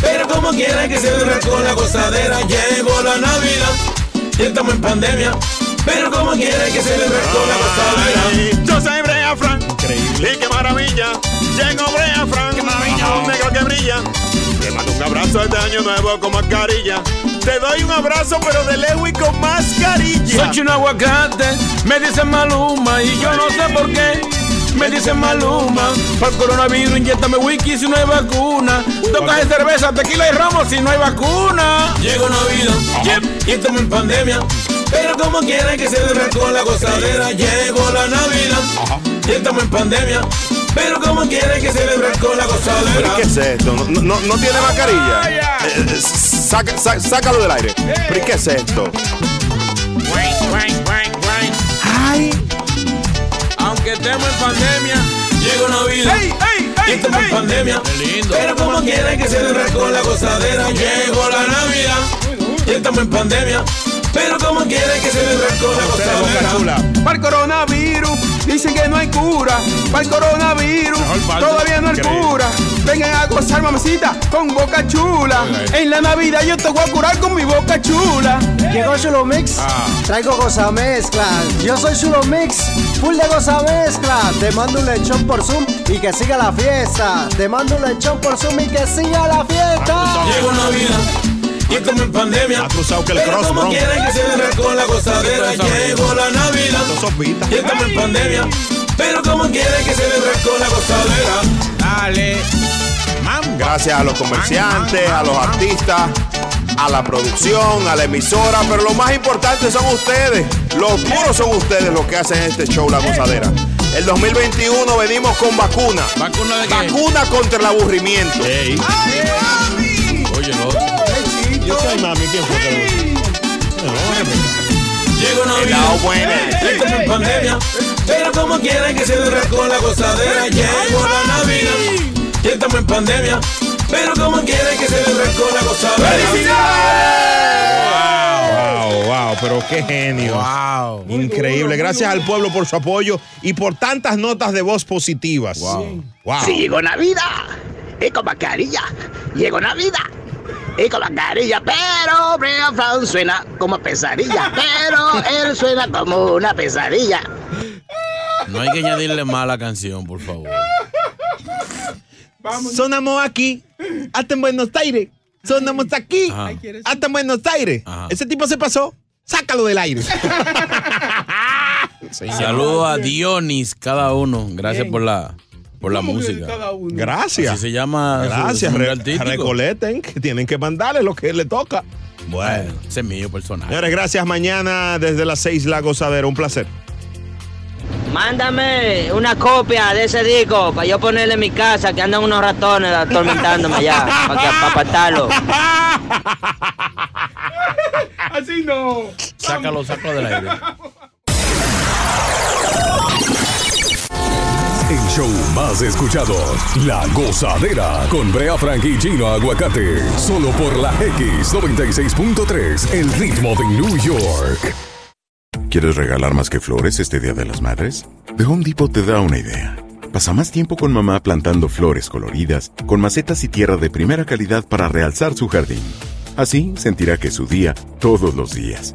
Speaker 9: pero como quiera hay que celebrar con la gozadera. Llegó la Navidad y estamos en pandemia, pero como quiera hay que celebrar con la gozadera.
Speaker 3: Yo soy Brea Frank. Increíble. Y qué maravilla. Llegó Brea Frank. Qué maravilla. Un negro que brilla. Te mando un abrazo este año nuevo con mascarilla. Te doy un abrazo, pero de lejos y con mascarilla.
Speaker 9: Soy chino aguacate, me dicen Maluma y yo no sé por qué. Me dicen Maluma, para el coronavirus inyectame whisky si no hay vacuna. Toca de cerveza, tequila y ramos si no hay vacuna. Llegó Navidad, yep, y estamos en pandemia. Pero como quiera hay que celebrar con la gozadera. Llegó la Navidad, y estamos en pandemia. Pero como quiera hay que celebrar con la gozadera.
Speaker 3: ¿Pero qué es esto? No, no- no tiene mascarilla. Eh, eh, saca- sa- sácalo del aire.
Speaker 1: Eh.
Speaker 3: ¿Pero qué es esto?
Speaker 9: Aunque estemos en pandemia, llegó Navidad. Y estamos en pandemia. Pero como quiera que se celebrar con la gozadera. Llegó la Navidad. Y estamos en pandemia. Pero como quiera que se celebrar con la gozadera.
Speaker 2: Para el coronavirus, dicen que no hay cura. Para el coronavirus,
Speaker 9: falta.
Speaker 2: todavía no hay
Speaker 9: Increíble.
Speaker 2: cura. Vengan a gozar, mamacita, con boca chula. En la Navidad yo te voy a curar con mi boca chula.
Speaker 12: Llegó Chulo Mix, traigo goza mezcla. Yo soy Chulo Mix, full de goza mezcla. Te mando un lechón por Zoom y que siga la fiesta. Te mando un lechón por Zoom y que siga la fiesta.
Speaker 9: Llegó Navidad. Y estamos en pandemia.
Speaker 8: que el
Speaker 9: Pero
Speaker 8: cross,
Speaker 9: como
Speaker 8: bro.
Speaker 9: quiera que se celebrar con la gozadera. Llegó la Navidad. Y estamos en pandemia. Pero como quiera que se celebrar con la gozadera.
Speaker 2: Dale.
Speaker 3: Gracias a los comerciantes, a los artistas, a la producción, a la emisora, pero lo más importante son ustedes. Los puros son ustedes los que hacen este show La Gozadera. El 2021 venimos con vacuna. ¿Vacuna de qué? Vacuna contra el aburrimiento.
Speaker 1: Oye,
Speaker 8: Yo soy mami, ¿quién fue que lo-
Speaker 9: Llegó Navidad. Y estamos en pandemia. Pero como quiera que se celebrar con la gozadera. Llegó la Navidad. Y estamos en pandemia. Pero como quiera que se celebrar con la gozadera.
Speaker 8: Wow, wow, pero qué genio. Wow. Increíble. Gracias al pueblo por su apoyo y por tantas notas de voz positivas. Wow.
Speaker 20: Si llegó Navidad, y con mascarilla, llegó Navidad, y con mascarilla, pero Brea Frank suena como pesadilla, pero él suena como una pesadilla.
Speaker 1: No hay que añadirle más a la canción, por favor.
Speaker 8: Sonamos aquí, hasta en Buenos Aires. Sonamos aquí,
Speaker 1: Ajá.
Speaker 8: hasta en Buenos Aires. Ese tipo se pasó, sácalo del [laughs] aire.
Speaker 1: Saludos a Dionis, cada uno. Gracias por la, por la música.
Speaker 8: Gracias.
Speaker 1: Así se llama. su-
Speaker 8: Gracias.
Speaker 1: su nombre
Speaker 8: Re-
Speaker 1: artístico.
Speaker 8: recolecten, que tienen que mandarle lo que le toca. Bueno,
Speaker 1: ese es mío pues. personal.
Speaker 8: Señores, gracias. Mañana desde las 6 la gozadera. Un placer.
Speaker 25: Mándame una copia de ese disco para yo ponerle en mi casa que andan unos ratones atormentándome allá para que para apartarlo.
Speaker 2: [laughs] Así no.
Speaker 1: Sácalo, sácalo del aire.
Speaker 7: El show más escuchado, La Gozadera, con Brea Frank y Gino Aguacate, solo por la X96.3, el ritmo de New York.
Speaker 21: ¿Quieres regalar más que flores este Día de las Madres? The Home Depot te da una idea. Pasa más tiempo con mamá plantando flores coloridas, con macetas y tierra de primera calidad para realzar su jardín. Así sentirá que es su día todos los días.